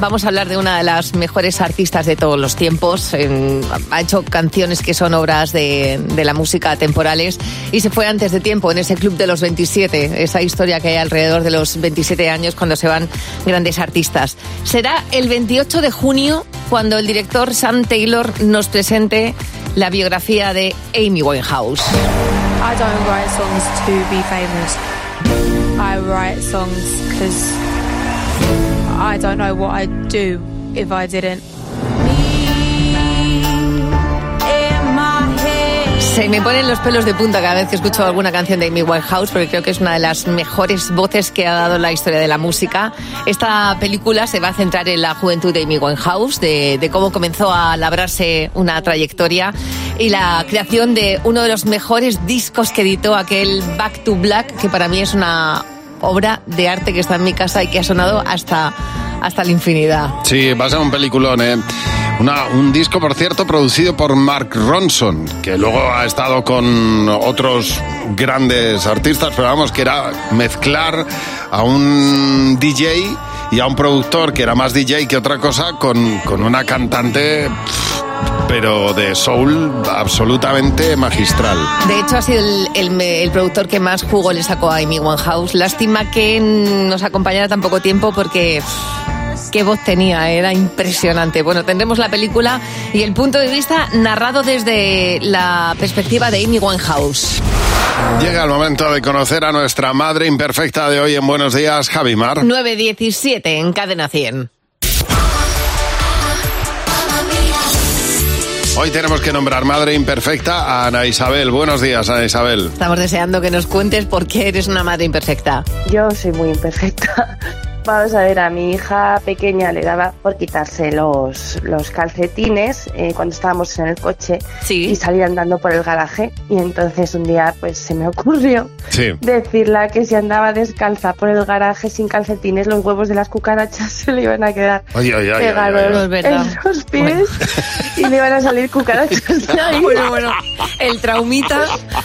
Speaker 4: Vamos a hablar de una de las mejores artistas de todos los tiempos. En- ha hecho canciones que son obras de, de la música temporales y se fue antes de tiempo en ese club de los 27, esa historia que hay alrededor de los 27 años cuando se van grandes artistas. Será el 28 de junio cuando el director Sam Taylor nos presente la biografía de Amy Winehouse.
Speaker 11: I don't write songs to be famous. I write songs because I don't know what I'd do if I didn't.
Speaker 4: Se me ponen los pelos de punta cada vez que escucho alguna canción de Amy Winehouse porque creo que es una de las mejores voces que ha dado la historia de la música. Esta película se va a centrar en la juventud de Amy Winehouse, de, de cómo comenzó a labrarse una trayectoria y la creación de uno de los mejores discos que editó aquel Back to Black, que para mí es una obra de arte que está en mi casa y que ha sonado hasta, hasta la infinidad.
Speaker 3: Sí, va a ser un peliculón, ¿eh? Una- un disco, por cierto, producido por Mark Ronson, que luego ha estado con otros grandes artistas, pero vamos, que era mezclar a un DJ y a un productor que era más DJ que otra cosa con, con una cantante, pff, pero de soul absolutamente magistral.
Speaker 4: De hecho, ha sido el, el me- el productor que más jugo le sacó a Amy Winehouse. Lástima que mm, nos acompañara tan poco tiempo porque pff, qué voz tenía, era impresionante. Bueno, tendremos la película y el punto de vista narrado desde la perspectiva de Amy Winehouse.
Speaker 3: Llega el momento de conocer a nuestra madre imperfecta de hoy en Buenos Días, Javimar.
Speaker 4: 917 en Cadena 100.
Speaker 3: Hoy tenemos que nombrar madre imperfecta a Ana Isabel. Buenos días, Ana Isabel.
Speaker 4: Estamos deseando que nos cuentes por qué eres una madre imperfecta.
Speaker 12: Yo soy muy imperfecta. Vamos a ver, a mi hija pequeña le daba por quitarse los, los calcetines eh, cuando estábamos en el coche y salir andando por el garaje. Y entonces un día pues se me ocurrió
Speaker 3: Sí.
Speaker 12: decirla que si andaba descalza por el garaje sin calcetines, los huevos de las cucarachas se le iban a quedar
Speaker 3: Oye, oye, oye,
Speaker 12: pegados
Speaker 3: oye, oye.
Speaker 12: en los pies y le iban a salir cucarachas de ahí.
Speaker 4: Bueno, bueno, el traumita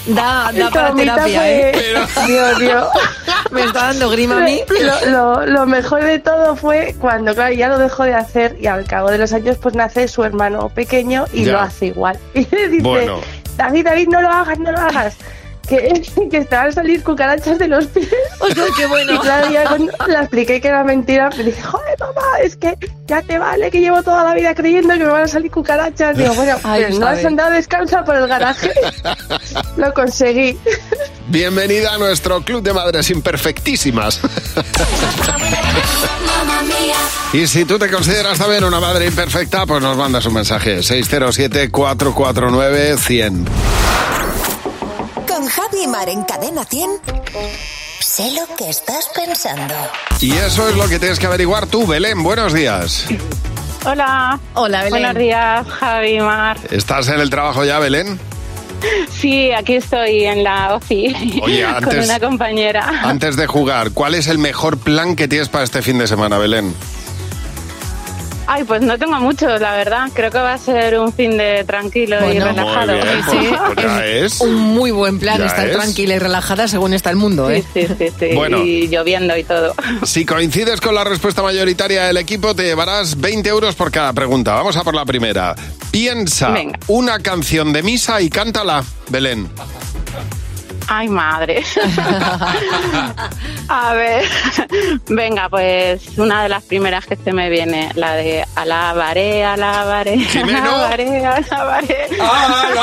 Speaker 4: da, da
Speaker 12: El
Speaker 4: para
Speaker 12: traumita
Speaker 4: terapia,
Speaker 12: fue-
Speaker 4: ¿eh?
Speaker 12: Dios, Dios.
Speaker 4: Me está dando grima a mí.
Speaker 12: Lo, lo- lo mejor de todo fue cuando, claro, ya lo dejó de hacer y al cabo de los años, pues nace su hermano pequeño y
Speaker 13: Ya.
Speaker 12: lo hace igual. Y le dice:
Speaker 13: Bueno.
Speaker 12: David, David, no lo hagas, no lo hagas. Que, que te van a salir cucarachas de los pies.
Speaker 4: qué bueno.
Speaker 12: Y claro, ya cuando le expliqué que era mentira, me dije, joder, mamá, es que ya te vale, que llevo toda la vida creyendo que me van a salir cucarachas. Digo, bueno,
Speaker 3: Ay,
Speaker 12: pero no has
Speaker 4: ¿eh?
Speaker 3: Isabel.
Speaker 12: andado descalza por el garaje. lo conseguí.
Speaker 3: Bienvenida a nuestro club de madres imperfectísimas. y si tú te consideras también una madre imperfecta, pues nos mandas un mensaje. 607-449-100.
Speaker 23: Con Javi y Mar en Cadena 100. Sé lo que estás pensando.
Speaker 3: Y eso es lo que tienes que averiguar tú, Belén. Buenos días.
Speaker 11: Hola.
Speaker 4: Hola,
Speaker 11: Belén. Buenos días, Javi Mar.
Speaker 3: ¿Estás en el trabajo ya, Belén?
Speaker 11: Sí, aquí estoy en la OFI
Speaker 3: Oye,
Speaker 11: con
Speaker 3: antes- Ah.
Speaker 11: una compañera.
Speaker 3: Antes de jugar, ¿cuál es el mejor plan que tienes para este fin de semana, Belén?
Speaker 11: Ay, pues no tengo mucho, la verdad. Creo que va a ser un fin de tranquilo y relajado.
Speaker 3: Muy bien, pues, pues ya es.
Speaker 4: Un muy buen plan
Speaker 3: Ya
Speaker 4: estar
Speaker 3: es.
Speaker 4: tranquila y relajada según está el mundo, ¿eh?
Speaker 11: Sí, sí, sí.
Speaker 3: Bueno.
Speaker 11: Y lloviendo y todo.
Speaker 3: Si coincides con la respuesta mayoritaria del equipo, te llevarás 20 euros por cada pregunta. Vamos a por la primera. Piensa
Speaker 11: Venga.
Speaker 3: una canción de misa y cántala, Belén.
Speaker 11: Ay, madre. A ver, venga, pues una de las primeras que se me viene, la de alabaré, alabaré, alabaré, alabaré.
Speaker 4: Alabaré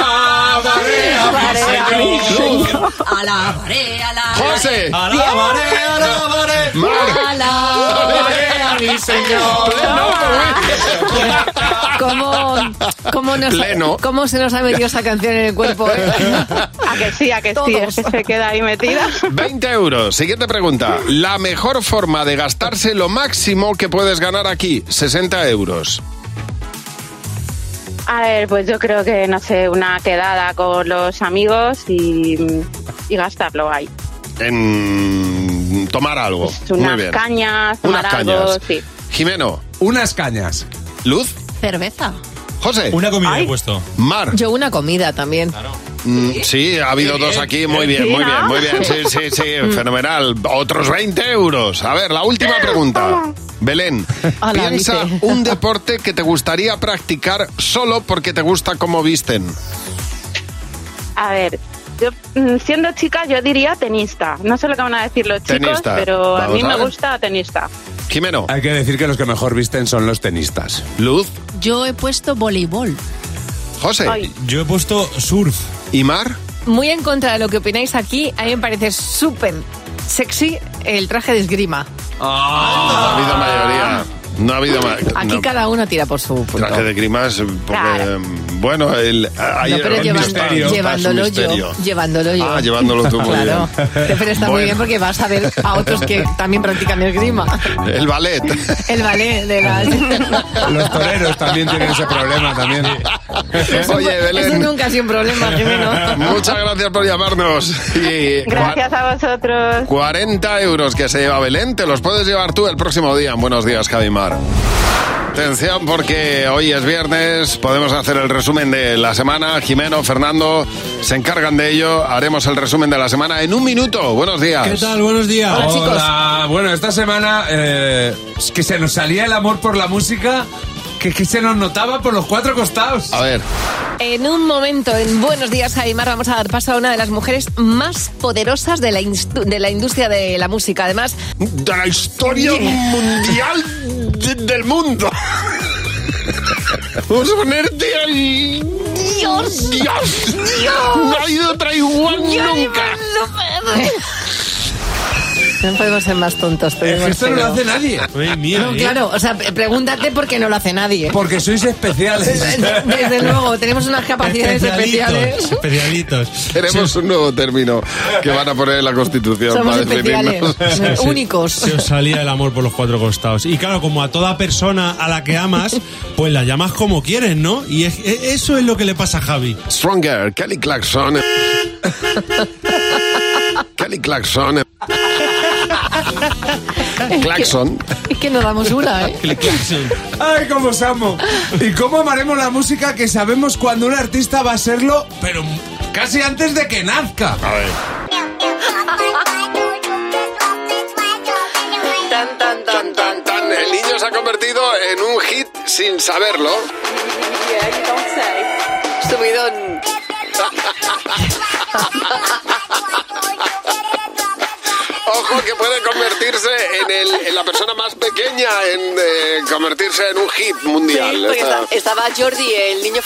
Speaker 11: a mi Alabaré
Speaker 4: Señor. Alabaré, alabaré.
Speaker 3: José.
Speaker 4: Alabaré, alabaré. Alabaré a mi Señor. ¿Cómo, cómo, nos,
Speaker 11: Pleno.
Speaker 4: ¿Cómo se nos ha metido esa canción en el cuerpo? eh?
Speaker 11: A que sí, a que
Speaker 4: Todos.
Speaker 11: sí, es que se queda ahí metida.
Speaker 3: 20 euros. Siguiente pregunta. La mejor forma de gastarse lo máximo que puedes ganar aquí, 60 euros.
Speaker 11: A ver, pues yo creo que, no sé, una quedada con los amigos y, y gastarlo ahí.
Speaker 3: En tomar algo. Muy
Speaker 11: Pues Unas
Speaker 3: bien.
Speaker 11: cañas, tomar
Speaker 3: Unas
Speaker 11: algo,
Speaker 3: cañas.
Speaker 11: sí.
Speaker 3: Jimeno. Unas cañas. Luz.
Speaker 4: Cerveza.
Speaker 3: José.
Speaker 4: Una comida
Speaker 3: de
Speaker 4: Ay. he
Speaker 3: puesto. Mar.
Speaker 4: Yo una comida también.
Speaker 3: Mm, Sí, ha
Speaker 4: Sí,
Speaker 3: habido
Speaker 4: eh, Mm.
Speaker 3: dos
Speaker 4: bien.
Speaker 3: aquí. Muy bien,
Speaker 4: Sí,
Speaker 3: muy bien,
Speaker 4: ¿no?
Speaker 3: muy bien. Sí, sí, sí. Fenomenal. Otros 20 euros. A ver, la última pregunta. Belén,
Speaker 4: Eh, Hola,
Speaker 3: piensa
Speaker 4: Vite.
Speaker 3: un deporte que te gustaría practicar solo porque te gusta cómo visten.
Speaker 11: A ver, yo mm, siendo chica yo diría tenista. No sé lo que van a decir los chicos,
Speaker 15: Tenista.
Speaker 11: pero a
Speaker 15: Vamos
Speaker 11: mí
Speaker 15: a
Speaker 11: me
Speaker 15: ver.
Speaker 11: gusta tenista.
Speaker 3: Jimeno.
Speaker 15: Hay que decir que los que mejor visten son los tenistas.
Speaker 3: Luz.
Speaker 4: Yo he puesto voleibol.
Speaker 3: José.
Speaker 4: Ay.
Speaker 3: Yo he puesto surf. ¿Y Mar?
Speaker 4: Muy en contra de lo que opináis aquí, a mí me parece súper sexy el traje de esgrima.
Speaker 3: No ha habido mayoría. No ha habido mayoría.
Speaker 4: Aquí cada uno tira por su punto.
Speaker 3: Traje de grimas, porque,
Speaker 4: Claro.
Speaker 3: bueno, el, hay
Speaker 4: No, pero
Speaker 3: un
Speaker 4: llevan-
Speaker 3: misterio.
Speaker 4: llevándolo
Speaker 3: Es un
Speaker 4: yo.
Speaker 3: misterio.
Speaker 4: Llevándolo yo.
Speaker 3: Ah, llevándolo tú, muy
Speaker 4: Claro.
Speaker 3: bien.
Speaker 4: Pero está muy
Speaker 3: Bueno.
Speaker 4: bien porque vas a ver a otros que también practican esgrima.
Speaker 3: El ballet.
Speaker 4: El ballet de las...
Speaker 15: Los toreros también tienen ese problema también.
Speaker 3: Oye,
Speaker 4: Eso
Speaker 3: Belén,
Speaker 4: nunca ha sido un problema, Jimeno.
Speaker 3: muchas gracias por llamarnos. Y
Speaker 11: Gracias a vosotros.
Speaker 3: 40 euros que se lleva Belén, te los puedes llevar tú el próximo día. en Buenos días, Javimar. Atención porque hoy es viernes, podemos hacer el resumen de la semana. Jimeno, Fernando se encargan de ello. Haremos el resumen de la semana en un minuto. Oh, Buenos días.
Speaker 5: ¿Qué tal? Buenos días.
Speaker 15: Hola. Bueno, esta semana eh, es que se nos salía el amor por la música que, que se nos notaba por los cuatro costados. A
Speaker 3: ver.
Speaker 4: En un momento, en Buenos Días, Aymar, vamos a dar paso a una de las mujeres más poderosas de la, instu- de la industria de la música. Además,
Speaker 3: De la historia mundial de- del mundo. Vamos a ponerte al...
Speaker 26: Dios,
Speaker 3: Dios,
Speaker 26: Dios.
Speaker 3: No ha ido otra igual nunca.
Speaker 4: no podemos ser más tontos.
Speaker 15: Es que esto no lo hace nadie.
Speaker 4: No,
Speaker 5: ¿eh?
Speaker 4: claro, o sea, pre- pregúntate por qué no lo hace nadie.
Speaker 15: Porque sois especiales.
Speaker 4: Desde luego, tenemos unas capacidades especiales.
Speaker 3: Tenemos un nuevo término que van a poner en la Constitución
Speaker 4: Somos
Speaker 3: para definirnos.
Speaker 4: especiales. Sí, sí. Únicos.
Speaker 5: Se os salía el amor por los cuatro costados. Y claro, como a toda persona a la que amas, pues la llamas como quieres, ¿no? Y es- e- eso es lo que le pasa a Javi.
Speaker 3: Stronger, Kelly Clarkson. Kelly Clarkson. Clarkson.
Speaker 4: Es que nos damos una, ¿eh?
Speaker 15: Ay, cómo os amo. Y cómo amaremos la música que sabemos cuando un artista va a serlo, pero casi antes de que nazca.
Speaker 3: A ver.
Speaker 26: Tan, tan, tan, tan,
Speaker 3: tan. El niño se ha convertido en un hit sin saberlo.
Speaker 4: Subidón.
Speaker 3: Ojo que puede convertirse en, el- en la persona más pequeña en eh, convertirse en un hit mundial. Esta-
Speaker 4: estaba Jordi, el niño...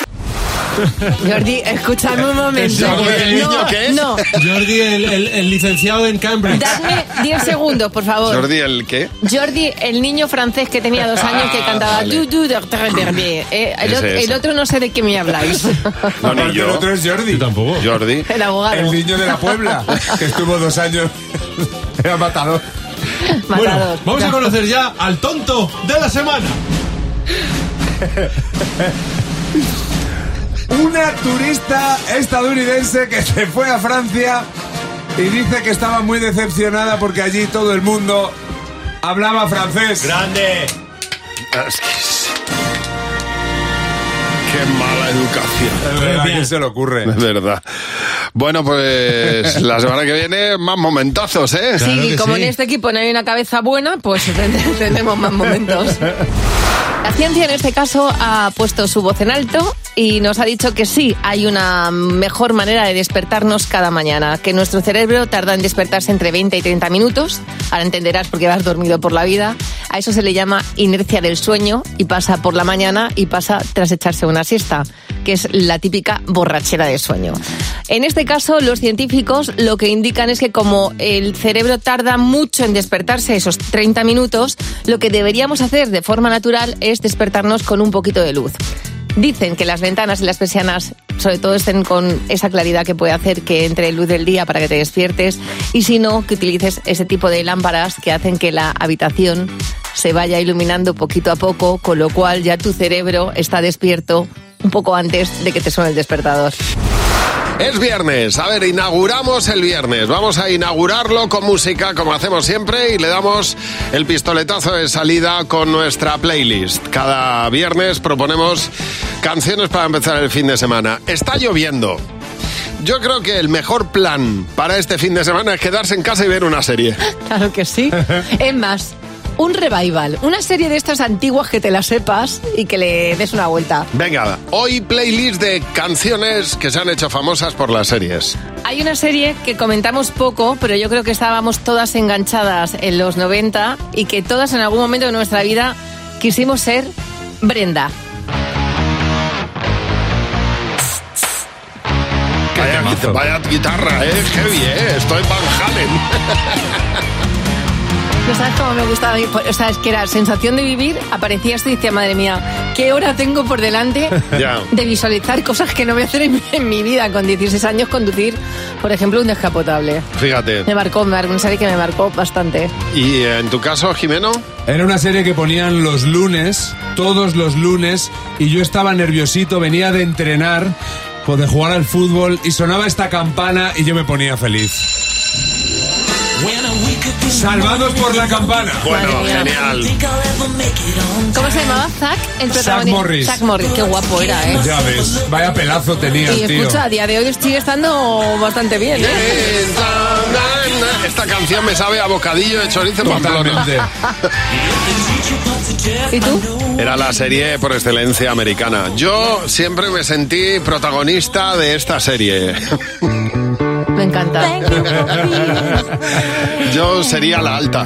Speaker 4: Jordi, escúchame un momento. no, No,
Speaker 5: Jordi, el, el- el licenciado en Cambridge.
Speaker 4: dadme 10 segundos, por favor.
Speaker 3: Jordi, ¿el qué?
Speaker 4: Jordi, el niño francés que tenía dos años que cantaba
Speaker 3: vale.
Speaker 4: du, du, doctor, doctor, bien. Eh, el,
Speaker 3: Ese,
Speaker 4: ot-
Speaker 3: ese.
Speaker 4: el otro no sé de qué me habláis.
Speaker 3: No, ni yo.
Speaker 15: es Jordi.
Speaker 5: tampoco.
Speaker 3: Jordi.
Speaker 4: El abogado.
Speaker 15: El niño de la Puebla, que estuvo dos años. Era matador.
Speaker 5: Bueno, vamos a conocer ya al tonto de la semana.
Speaker 15: Una turista estadounidense que se fue a Francia y dice que estaba muy decepcionada porque allí todo el mundo hablaba francés.
Speaker 5: ¡Grande!
Speaker 3: Es que es- Qué mala educación.
Speaker 15: Es verdad, ¿a quién se le ocurre?
Speaker 3: Es verdad. Bueno, pues la semana que viene más momentazos, ¿eh?
Speaker 4: sí, como en este equipo no hay una cabeza buena, pues tenemos más momentos. La ciencia en este caso ha puesto su voz en alto y nos ha dicho que sí, hay una mejor manera de despertarnos cada mañana, que nuestro cerebro tarda en despertarse entre 20 y 30 minutos, ahora entenderás por qué vas dormido por la vida, a eso se le llama inercia del sueño y pasa por la mañana y pasa tras echarse una siesta, que es la típica borrachera de sueño. En este caso, los científicos lo que indican es que como el cerebro tarda mucho en despertarse, esos 30 minutos, lo que deberíamos hacer de forma natural es despertarnos con un poquito de luz. Dicen que las ventanas y las persianas sobre todo estén con esa claridad que puede hacer que entre luz del día para que te despiertes y si no, que utilices ese tipo de lámparas que hacen que la habitación se vaya iluminando poquito a poco, con lo cual ya tu cerebro está despierto un poco antes de que te suene el despertador.
Speaker 3: Es viernes, a ver, inauguramos el viernes. Vamos a inaugurarlo con música como hacemos siempre y le damos el pistoletazo de salida con nuestra playlist. Cada viernes proponemos canciones para empezar el fin de semana. Está lloviendo. Yo creo que el mejor plan para este fin de semana es quedarse en casa y ver una serie.
Speaker 4: Claro que sí. es más, un revival, una serie de estas antiguas que te las sepas y que le des una vuelta.
Speaker 3: Venga, hoy playlist de canciones que se han hecho famosas por las series.
Speaker 4: Hay una serie que comentamos poco, pero yo creo que estábamos todas enganchadas en los 90 y que todas en algún momento de nuestra vida quisimos ser Brenda.
Speaker 3: Vaya, guita- vaya guitarra, ¿eh? Qué bien, estoy Van Halen.
Speaker 4: No Pues, sabes cómo me gustaba. a mí? Pues, O sea, es que era sensación de vivir. Aparecía esto y decía, madre mía, ¿qué hora tengo por delante
Speaker 3: Ya.
Speaker 4: de visualizar cosas que no voy a hacer en, mi- en mi vida? Con 16 años conducir, por ejemplo, un descapotable.
Speaker 3: Fíjate.
Speaker 4: Me marcó, me marcó, una serie que me marcó bastante.
Speaker 3: ¿Y eh, en tu caso, Jimeno?
Speaker 15: Era una serie que ponían los lunes, todos los lunes, y yo estaba nerviosito, venía de entrenar, pues de jugar al fútbol, y sonaba esta campana y yo me ponía feliz. Salvados por la campana.
Speaker 3: Bueno, genial.
Speaker 4: ¿Cómo se llamaba? Zack, el protagonista.
Speaker 15: Morris.
Speaker 4: Zack Morris, qué guapo era, ¿eh?
Speaker 15: Ya ves, vaya pelazo tenía
Speaker 4: Y
Speaker 15: el tío.
Speaker 4: escucha, a día de hoy sigue estando bastante bien, ¿eh?
Speaker 3: Esta canción me sabe a bocadillo de chorizo en Pamplona.
Speaker 4: ¿Y tú?
Speaker 3: Era la serie por excelencia americana. Yo siempre me sentí protagonista de esta serie.
Speaker 4: Me encanta.
Speaker 3: Yo sería la alta.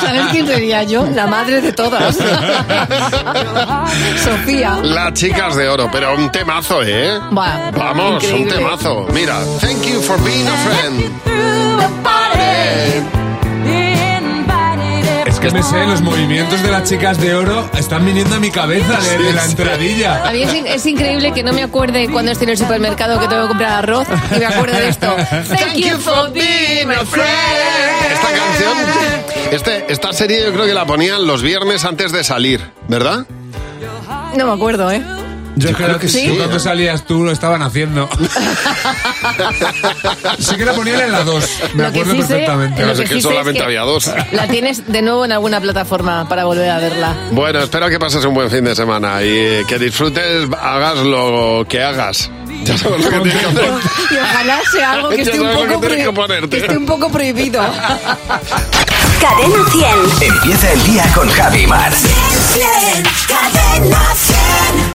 Speaker 4: ¿Sabes quién sería yo? La madre de todas. Sofía.
Speaker 3: Las chicas de oro, pero un temazo, ¿eh?
Speaker 4: Buah,
Speaker 3: Vamos,
Speaker 4: increíble.
Speaker 3: un temazo. Mira, thank you for being a friend.
Speaker 15: Es que me sé, los movimientos de las chicas de oro están viniendo a mi cabeza de, de la entradilla.
Speaker 4: A mí es, in- es increíble que no me acuerde cuando estoy en el supermercado que tengo que comprar arroz y me acuerdo de esto. Thank you for being my friend.
Speaker 3: Esta canción, este, esta serie yo creo que la ponían los viernes antes de salir, ¿verdad?
Speaker 4: No me acuerdo, ¿eh?
Speaker 15: Yo, creo que
Speaker 4: sí.
Speaker 15: sí. Cuando salías tú lo estaban haciendo. sí que la ponían en la 2. Me
Speaker 4: Lo que
Speaker 15: acuerdo
Speaker 4: sí sé-
Speaker 15: perfectamente.
Speaker 4: lo que sí sé es que La tienes de nuevo en alguna plataforma para volver a verla.
Speaker 3: Bueno, espero que pases un buen fin de semana y eh, que disfrutes, hagas lo que hagas. Ya sabes lo que tienes que hacer.
Speaker 4: Y ojalá sea algo que
Speaker 3: Ya
Speaker 4: esté un
Speaker 3: sabes lo
Speaker 4: poco,
Speaker 3: que tienes
Speaker 4: prohi-
Speaker 3: que ponerte.
Speaker 4: que esté un poco prohibido.
Speaker 25: Cadena 100.
Speaker 6: Empieza el día con Javi Mar.
Speaker 25: Cadena 100.